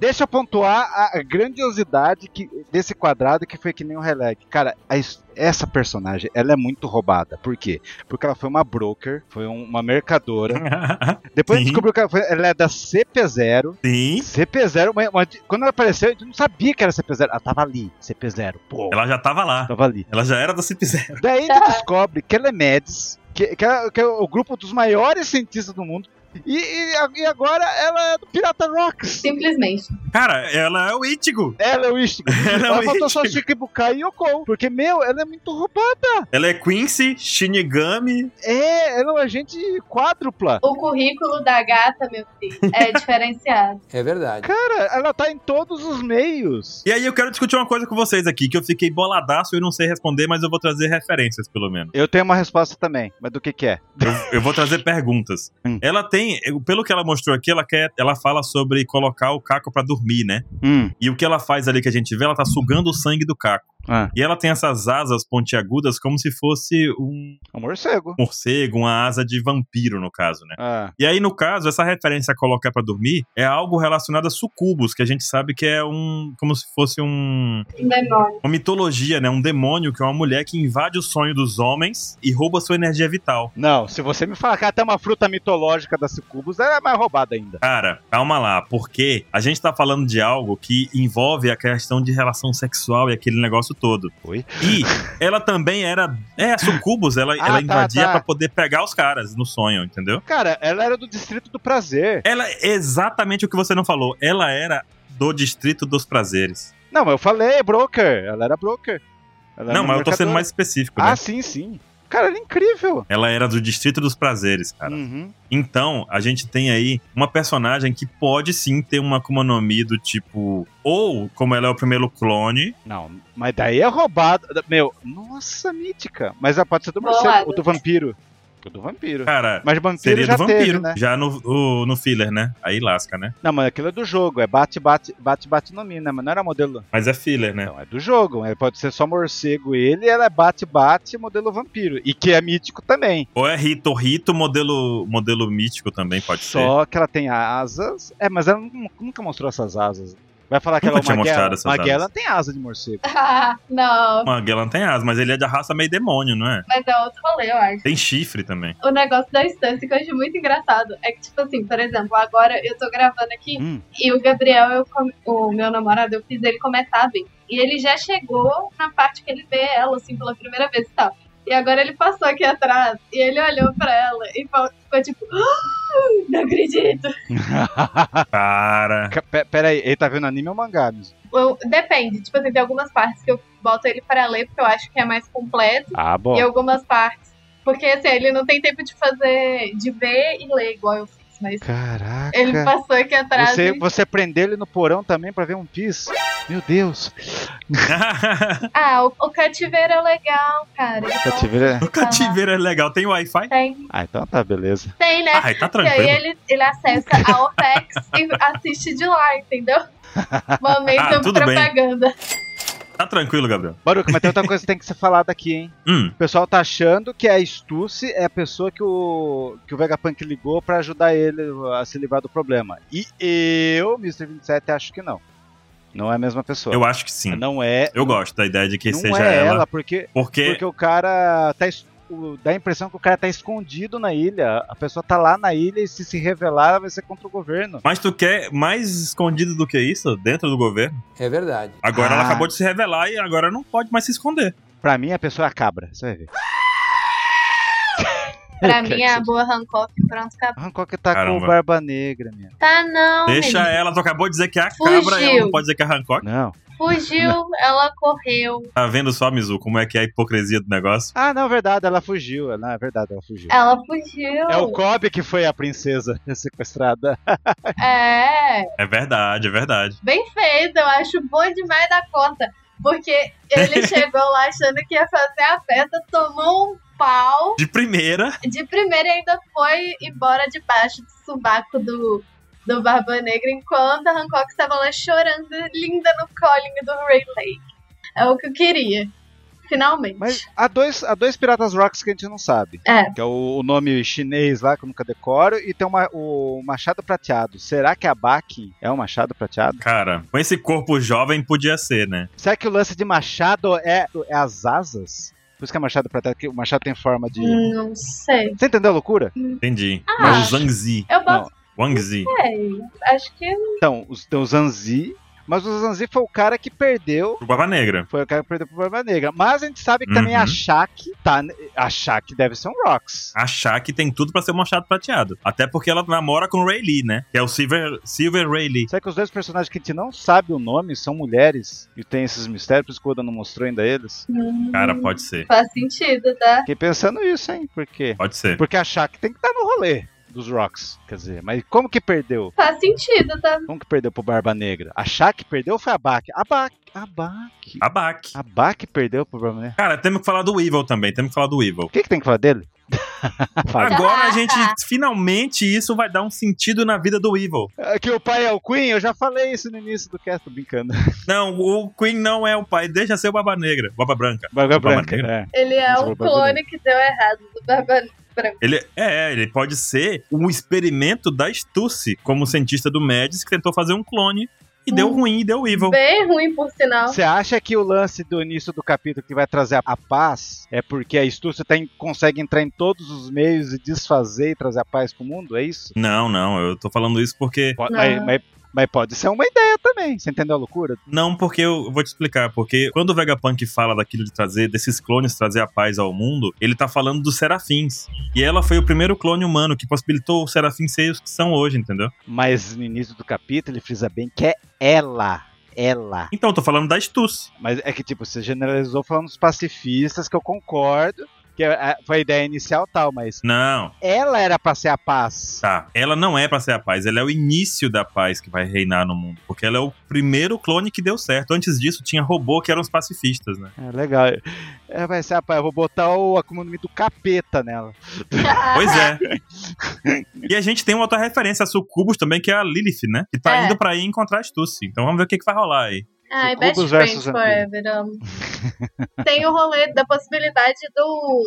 Deixa eu pontuar a a grandiosidade que- desse quadrado que foi que nem um releg. Cara, a his- essa personagem, ela é muito roubada. Por quê? Porque ela foi uma broker, foi um- uma mercadora. Depois Uhum. Sim. descobriu que ela, foi- ela é da CP0. Sim. CP0, uma- uma- quando ela apareceu, a gente não sabia que era CP0. Ela tava ali, CP0. Pô, ela Ela já tava lá. tava ali. Ela já era da Cip Zero. Daí a gente descobre que ela é Medes, que, que ela- que é o grupo dos maiores cientistas do mundo. E, e a- e agora ela é do Pirata Rocks. Simplesmente. Cara, ela é o Ítigo. Ela é o Istigo. Ela é Ela o faltou só Ichigo. Shikibukai e Yoko. Porque, meu, ela é muito roubada. Ela é Quincy, Shinigami. É, ela é um agente quádrupla. O currículo da gata, meu filho, é diferenciado. É verdade. Cara, ela tá em todos os meios. E aí eu quero discutir uma coisa com vocês aqui, que eu fiquei boladaço e eu não sei responder, mas eu vou trazer referências, pelo menos. Eu tenho uma resposta também, mas do que que é? Eu vou trazer perguntas. Hum. Ela tem, eu- pelo que ela mostrou aqui, ela quer, ela fala sobre colocar o Caco pra dormir, né? Hum, E o que ela faz ali que a gente vê, ela tá sugando o sangue do Caco. Ah. E ela tem essas asas pontiagudas como se fosse um é um morcego. morcego, uma asa de vampiro no caso, né? Ah, E aí, no caso, essa referência a colocar pra dormir é algo relacionado a sucubos, que a gente sabe que é um. como se fosse um. Um demônio. uma mitologia, né? Um demônio que é uma mulher que invade o sonho dos homens e rouba sua energia vital. não, se você me falar que até uma fruta mitológica da Sucubus, ela é mais roubada ainda. Cara, calma lá, porque a gente tá falando de algo que envolve a questão de relação sexual e aquele negócio todo. Oi? E ela também era. É, a sucubus, ela, Ah, ela tá, invadia tá. pra poder pegar os caras no sonho, entendeu? Cara, ela era do Distrito do Prazer. Ela é exatamente o que você não falou. Ela era do Distrito dos Prazeres. Não, mas eu falei, é broker. Ela era broker. Ela era não, uma mas eu tô sendo mercadora. mais específico, né? Ah, sim, sim. Cara, ela é incrível. Ela era do Distrito dos Prazeres, cara. Uhum. Então, a gente tem aí uma personagem que pode sim ter uma Akuma no Mi do tipo. Ou, como ela é o primeiro clone, Não, mas daí é roubado. Meu, nossa, mítica. Mas a pode ser do Bolado. morcego, ou do vampiro. O do vampiro. cara. Mas vampiro Seria já do vampiro, teve, né? já no, o- no filler, né? Aí lasca, né? Não, mas aquilo é do jogo. É bate, bate, bate, bate no mina, mas não era modelo. Mas é filler, né? Não, é do jogo. Ele pode ser só morcego ele, ela é bate, bate, modelo vampiro. E que é mítico também. Ou é Rito, Rito, modelo, modelo mítico também pode ser. Só que ela tem asas. É, mas ela nu- nunca mostrou essas asas. Vai falar que Nunca ela é tinha uma mostrado guela. essas Maguela asas. tem asa de morcego. Ah, não. Uma Gellan tem asas, mas ele é da raça meio demônio, não é? Mas é outro rolê, eu acho. Tem chifre também. O negócio da estância que eu acho muito engraçado é que, tipo assim, por exemplo, agora eu tô gravando aqui Hum. e o Gabriel, eu com- o meu namorado, eu fiz ele começar bem. E ele já chegou na parte que ele vê ela, assim, pela primeira vez e tal. E agora ele passou aqui atrás e ele olhou pra ela e fal- ficou tipo, "Ah, não acredito. Cara. Ca- pe- Pera aí, ele tá vendo anime ou mangá mesmo? Eu- depende, tipo assim, tem algumas partes que eu boto ele pra ler porque eu acho que é mais completo. Ah, bom. e algumas partes. Porque assim, ele não tem tempo de fazer, de ver e ler igual eu fiz, mas Caraca. ele passou aqui atrás. Você, e- você prendeu ele no porão também pra ver um Piece? Meu Deus. Ah, o, o cativeiro é legal, cara. Então, Cativeiro. o cativeiro é legal. Tem Wi-Fi? Tem, Ah, então tá, beleza. tem, né? Ai, tá e aí tranquilo. ele, ele acessa a OPEX e assiste de lá, entendeu? Ah, Momento tudo bem. propaganda. Tá tranquilo, Gabriel. Baruco, mas tem outra coisa que tem que ser falada aqui, hein? Hum. O pessoal tá achando que a Stussy é a pessoa que o, que o Vegapunk ligou pra ajudar ele a se livrar do problema. E eu, Mr. 27, acho que não. Não é a mesma pessoa. Eu acho que sim. Não é. Eu gosto da ideia de que não seja é ela. porque, Porque, porque o cara tá. es- o- dá a impressão que o cara tá escondido na ilha. A pessoa tá lá na ilha e se se revelar vai ser contra o governo. Mas tu quer mais escondido do que isso dentro do governo? É verdade. Agora ela Ah. acabou de se revelar e agora não pode mais se esconder. Pra mim, a pessoa é a cabra. Você vai ver. Pra Eu quero mim que é a você- boa Hancock, pronto, acabou. Hancock tá com Caramba. o Barba Negra, minha. Tá não, Deixa menino. ela, tu acabou de dizer que é a Fugiu. cabra, ela não pode dizer que é a Hancock. Não. Fugiu, ela correu. Tá vendo só, Mizu, como é que é a hipocrisia do negócio? Ah, não, verdade, ela fugiu. Não, é verdade, ela fugiu. Ela fugiu. É o Kobe que foi a princesa sequestrada. É. É verdade, é verdade. bem feito, eu acho bom demais da conta. Porque ele chegou lá achando que ia fazer a festa, tomou um pau De primeira, de primeira e ainda foi embora debaixo do subaco do, do Barba Negra, enquanto a Hancock estava lá chorando, linda no colinho do Ray Lake. É o que eu queria. Finalmente. Mas há dois, há dois Piratas Rocks que a gente não sabe. É. Que é o, o nome chinês lá que eu nunca decoro. E tem uma- o Machado Prateado. Será que a Baki é um Machado Prateado? Cara, com esse corpo jovem podia ser, né? Será que o lance de Machado é, é as asas? Por isso que é Machado Prateado, que o Machado tem forma de. Não sei. Você entendeu a loucura? Entendi. Ah, É. Mas o Zangzi. Eu boto Wangzi. sei. Acho que Então, os, tem o Zanzi. Mas o Zanzi foi o cara que perdeu. O Barba Negra. Foi o cara que perdeu pro Barba Negra. Mas a gente sabe que também Uhum. a Shaq tá. A Shaq deve ser um Rocks. Achar que tem tudo pra ser um machado prateado. Até porque ela namora com o Ray Lee, né? Que é o Silver, Silver Ray Lee. Será que os dois personagens que a gente não sabe o nome são mulheres e tem esses mistérios, por isso que o Oda não mostrou ainda eles? Hum. Cara, pode ser. faz sentido, tá? Fiquei pensando isso, hein? Por quê? Pode ser. Porque a Shaq tem que estar no rolê dos Rocks. Quer dizer, mas como que perdeu? Faz sentido, tá? Como que perdeu pro Barba Negra? A Shaq perdeu ou foi a Baki? A Baki. A Baki. A Bak. A Baki perdeu pro Barba Negra. Cara, temos que falar do Evil também. Temos que falar do Evil. O que, que tem que falar dele? Fala. Agora a gente, finalmente, isso vai dar um sentido na vida do Evil. É Que o pai é o Queen, eu já falei isso no início do cast, tô brincando. Não, o Queen não é o pai. Deixa ser o Barba Negra. Barba Branca. Barba Branca. Negra? É. Ele é Mas um o Barba clone que deu errado do Barba Branca. Ele é, ele pode ser um experimento da Stussy, como cientista do Medis, que tentou fazer um clone e deu ruim e deu Evil. Bem ruim, por sinal. Você acha que o lance do início do capítulo que vai trazer a- a paz é porque a Estúcia tem, consegue entrar em todos os meios e desfazer e trazer a paz pro mundo? É isso? Não, não, eu tô falando isso porque Po- Não. Mas, mas- mas pode ser uma ideia também. Você entendeu a loucura? Não, porque eu vou te explicar. Porque quando o Vegapunk fala daquilo de trazer, desses clones trazer a paz ao mundo, ele tá falando dos serafins. E ela foi o primeiro clone humano que possibilitou os serafins ser os que são hoje, entendeu? Mas no início do capítulo ele frisa bem que é ela. Ela. Então, eu tô falando da Stussy. Mas é que, tipo, você generalizou falando dos pacifistas, que eu concordo, que a- a- foi a ideia inicial e tal, mas Não, ela era pra ser a paz. tá. Ela não é pra ser a paz, ela é o início da paz que vai reinar no mundo. Porque ela é o primeiro clone que deu certo. Antes disso, tinha robô que eram os pacifistas, né? É legal. É, vai ser a paz. Eu vou botar o Akuma no Mi do capeta nela. Pois é. e a gente tem uma outra referência a Sucubus também, que é a Lilith, né? Que tá É. indo pra aí encontrar a Stussy. Então vamos ver o que, que vai rolar aí. Ai, Sucubus Best Friends versus vampiro. Forever. amo. Tem o rolê da possibilidade do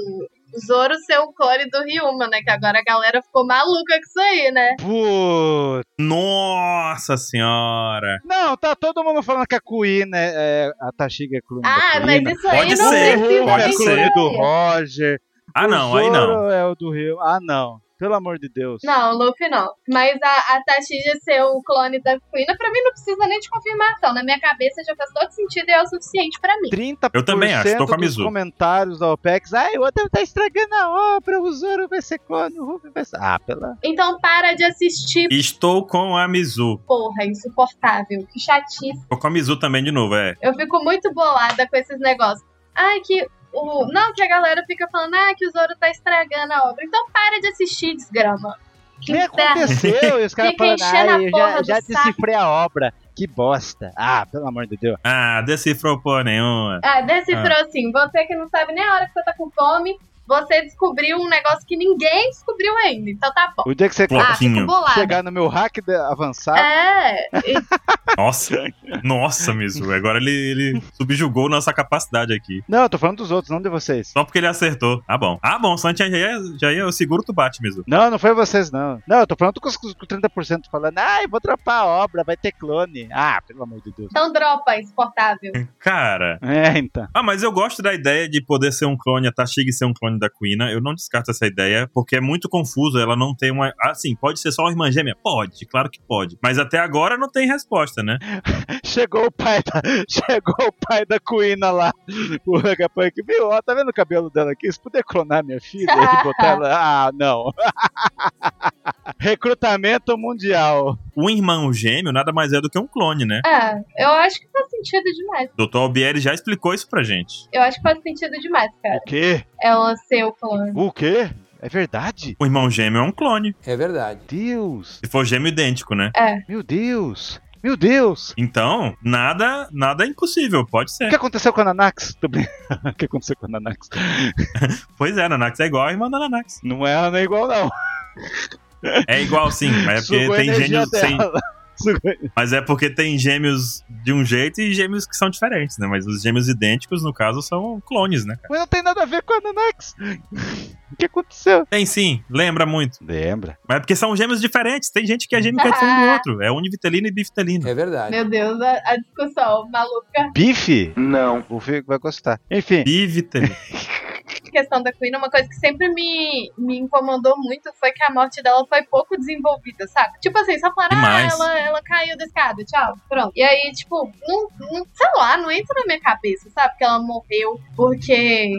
Zoro ser o clone do Ryuma, né? Que agora a galera ficou maluca com isso aí, né? Putz. Nossa senhora! Não, tá todo mundo falando que a Kuina é, é- a Tashiga é clone Ah, da mas Kuina. isso aí Pode não ser, precisa pode nem ser. saber. do Roger. Ah, não, aí não. é o do Rio. Ah, não. Pelo amor de Deus. Não, Luffy não. Mas a, a Tashiya ser o clone da Queen, pra mim não precisa nem de confirmação. Na minha cabeça já faz todo sentido e é o suficiente pra mim. 30% Eu também acho, tô com a dos Mizu. comentários da OPEX. Ai, o outro tá estragando a obra, o Zoro vai ser clone, o Ruffy vai ser... Ah, pela... Então para de assistir, Estou com a Mizu. porra, insuportável. Que chatice. Estou com a Mizu também de novo, é. Eu fico muito bolada com esses negócios. Ai, que. O... Não, que a galera fica falando, ah, que o Zoro tá estragando a obra. Então para de assistir, desgrama. Que Nem inferno. aconteceu, e os caras Fica falando, enchendo a ai, eu porra já, do já saco." decifrei a obra. Que bosta. Ah, pelo amor de Deus. Ah, decifrou porra nenhuma. Ah, decifrou assim. Você que não sabe nem a hora que você tá com fome, você descobriu um negócio que ninguém descobriu ainda. Então tá bom. O dia que você Pô. Ah, fico Pouquinho. bolada. chegar no meu hack de- avançado, É, Nossa, nossa, Mizu. Agora ele, ele subjugou nossa capacidade aqui. Não, eu tô falando dos outros, não de vocês. Só porque ele acertou. Ah, bom. Ah, bom, Santi já ia, já ia eu seguro tu bate, Mizu. Não, não foi vocês, não. Não, eu tô falando com os com os 30% falando, ah, eu vou dropar a obra, vai ter clone. Ah, pelo amor de Deus. então dropa, insuportável. Cara. É, então. Ah, mas eu gosto da ideia de poder ser um clone, a Tashig ser um clone da Quina. Eu não descarto essa ideia, porque é muito confuso. Ela não tem uma. Assim, pode ser só uma irmã gêmea? Pode, claro que pode. Mas até agora não tem resposta, né? Chegou o pai da, chegou o pai da Cuina lá, o Vegapunk. Viu, ó, tá vendo o cabelo dela aqui? Se puder clonar minha filha e botar ela... Ah, não. Recrutamento mundial. Um irmão gêmeo nada mais é do que um clone, né? É, eu acho que faz sentido demais. Dr. Albieri já explicou isso pra gente. Eu acho que faz sentido demais, cara. O quê? Ela ser o clone. O quê? É verdade? O irmão gêmeo é um clone. É verdade. Deus, Se for gêmeo idêntico, né? meu Deus, meu Deus. Então, nada, nada é impossível, pode O ser. que aconteceu com a Nanax? Tô brincando. O que aconteceu com a Nanax? Pois é, Nanax é igual a irmã da Nanax. Não é, não é igual, não. É igual sim, mas é porque Sugou a tem energia gêmeos. Sem... dela. Sugou- Mas é porque tem gêmeos de um jeito e gêmeos que são diferentes, né? Mas os gêmeos idênticos, no caso, são clones, né? cara? Mas não tem nada a ver com a Nanax. O que aconteceu? Tem sim, lembra muito. Lembra? Mas é porque são gêmeos diferentes. Tem gente que é gêmeo que é diferente do outro. É univitelino e bivitelino. É verdade. Meu Deus, a, a discussão maluca. Bife? Não. O Fico vai gostar. Enfim, Bivitelino. A questão da Queen, uma coisa que sempre me, me incomodou muito foi que a morte dela foi pouco desenvolvida, sabe? Tipo assim, só falaram, ah, Demais. ela, ela caiu da escada, tchau, pronto. E aí, tipo, não, não- sei lá, não entra na minha cabeça, sabe? Que ela morreu porque.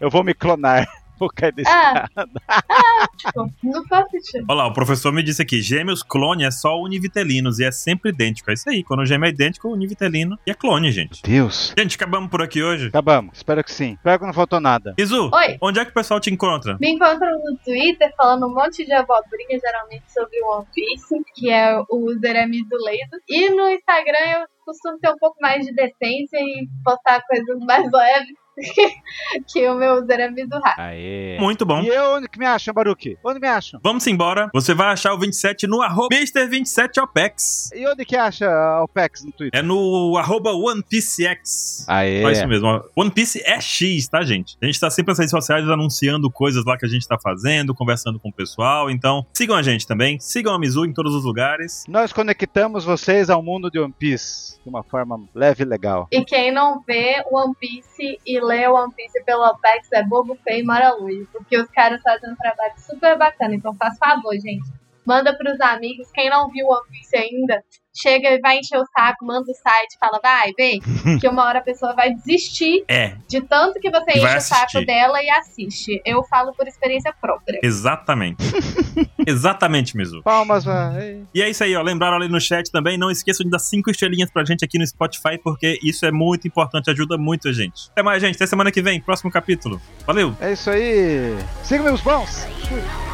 eu vou me clonar. Vou cair desse Ah, ah, tipo, não faz sentido. Olha lá, o professor me disse aqui: gêmeos clone é só univitelinos e é sempre idêntico. É isso aí. Quando o gêmeo é idêntico, o univitelino e é clone, gente. Deus. Gente, acabamos por aqui hoje. Acabamos. Espero que sim. Espero que não faltou nada. Izu, Oi. onde é que o pessoal te encontra? Me encontram no Twitter falando um monte de abobrinha, geralmente sobre o One Piece, que é o user é Mizuleido. E no Instagram eu costumo ter um pouco mais de decência e postar coisas mais leves que o meu user é Mizuha. Aê. Muito bom. E eu, onde que me acham, Baruque? Onde me acham? Vamos embora. Você vai achar o 27 no arroba Mr27OPEX. E onde que acha a Alpex no Twitter? É no arroba OnePieceX. É. Aê. Só isso mesmo. ó. One Piece é X, tá, gente? A gente tá sempre nas redes sociais anunciando coisas lá que a gente tá fazendo, conversando com o pessoal. Então, sigam a gente também. Sigam a Mizu em todos os lugares. Nós conectamos vocês ao mundo de One Piece de uma forma leve e legal. E quem não vê One Piece e lê One Piece pelo Apex é bobo, feio e mora longe, porque os caras fazem um trabalho super bacana. Então faz favor, gente. Manda pros amigos. Quem não viu One Piece ainda, chega e vai encher o saco, manda o site, fala, vai, vem, que uma hora a pessoa vai desistir É, De tanto que você E vai enche o saco assistir. dela e assiste. Eu falo por experiência própria. exatamente. exatamente, Mizu. Palmas, vai. E é isso aí, ó. Lembraram ali no chat também. Não esqueçam de dar cinco estrelinhas pra gente aqui no Spotify, porque isso é muito importante, ajuda muito a gente. Até mais, gente. Até semana que vem, próximo capítulo. Valeu! É isso aí. Siga meus bons. Fui.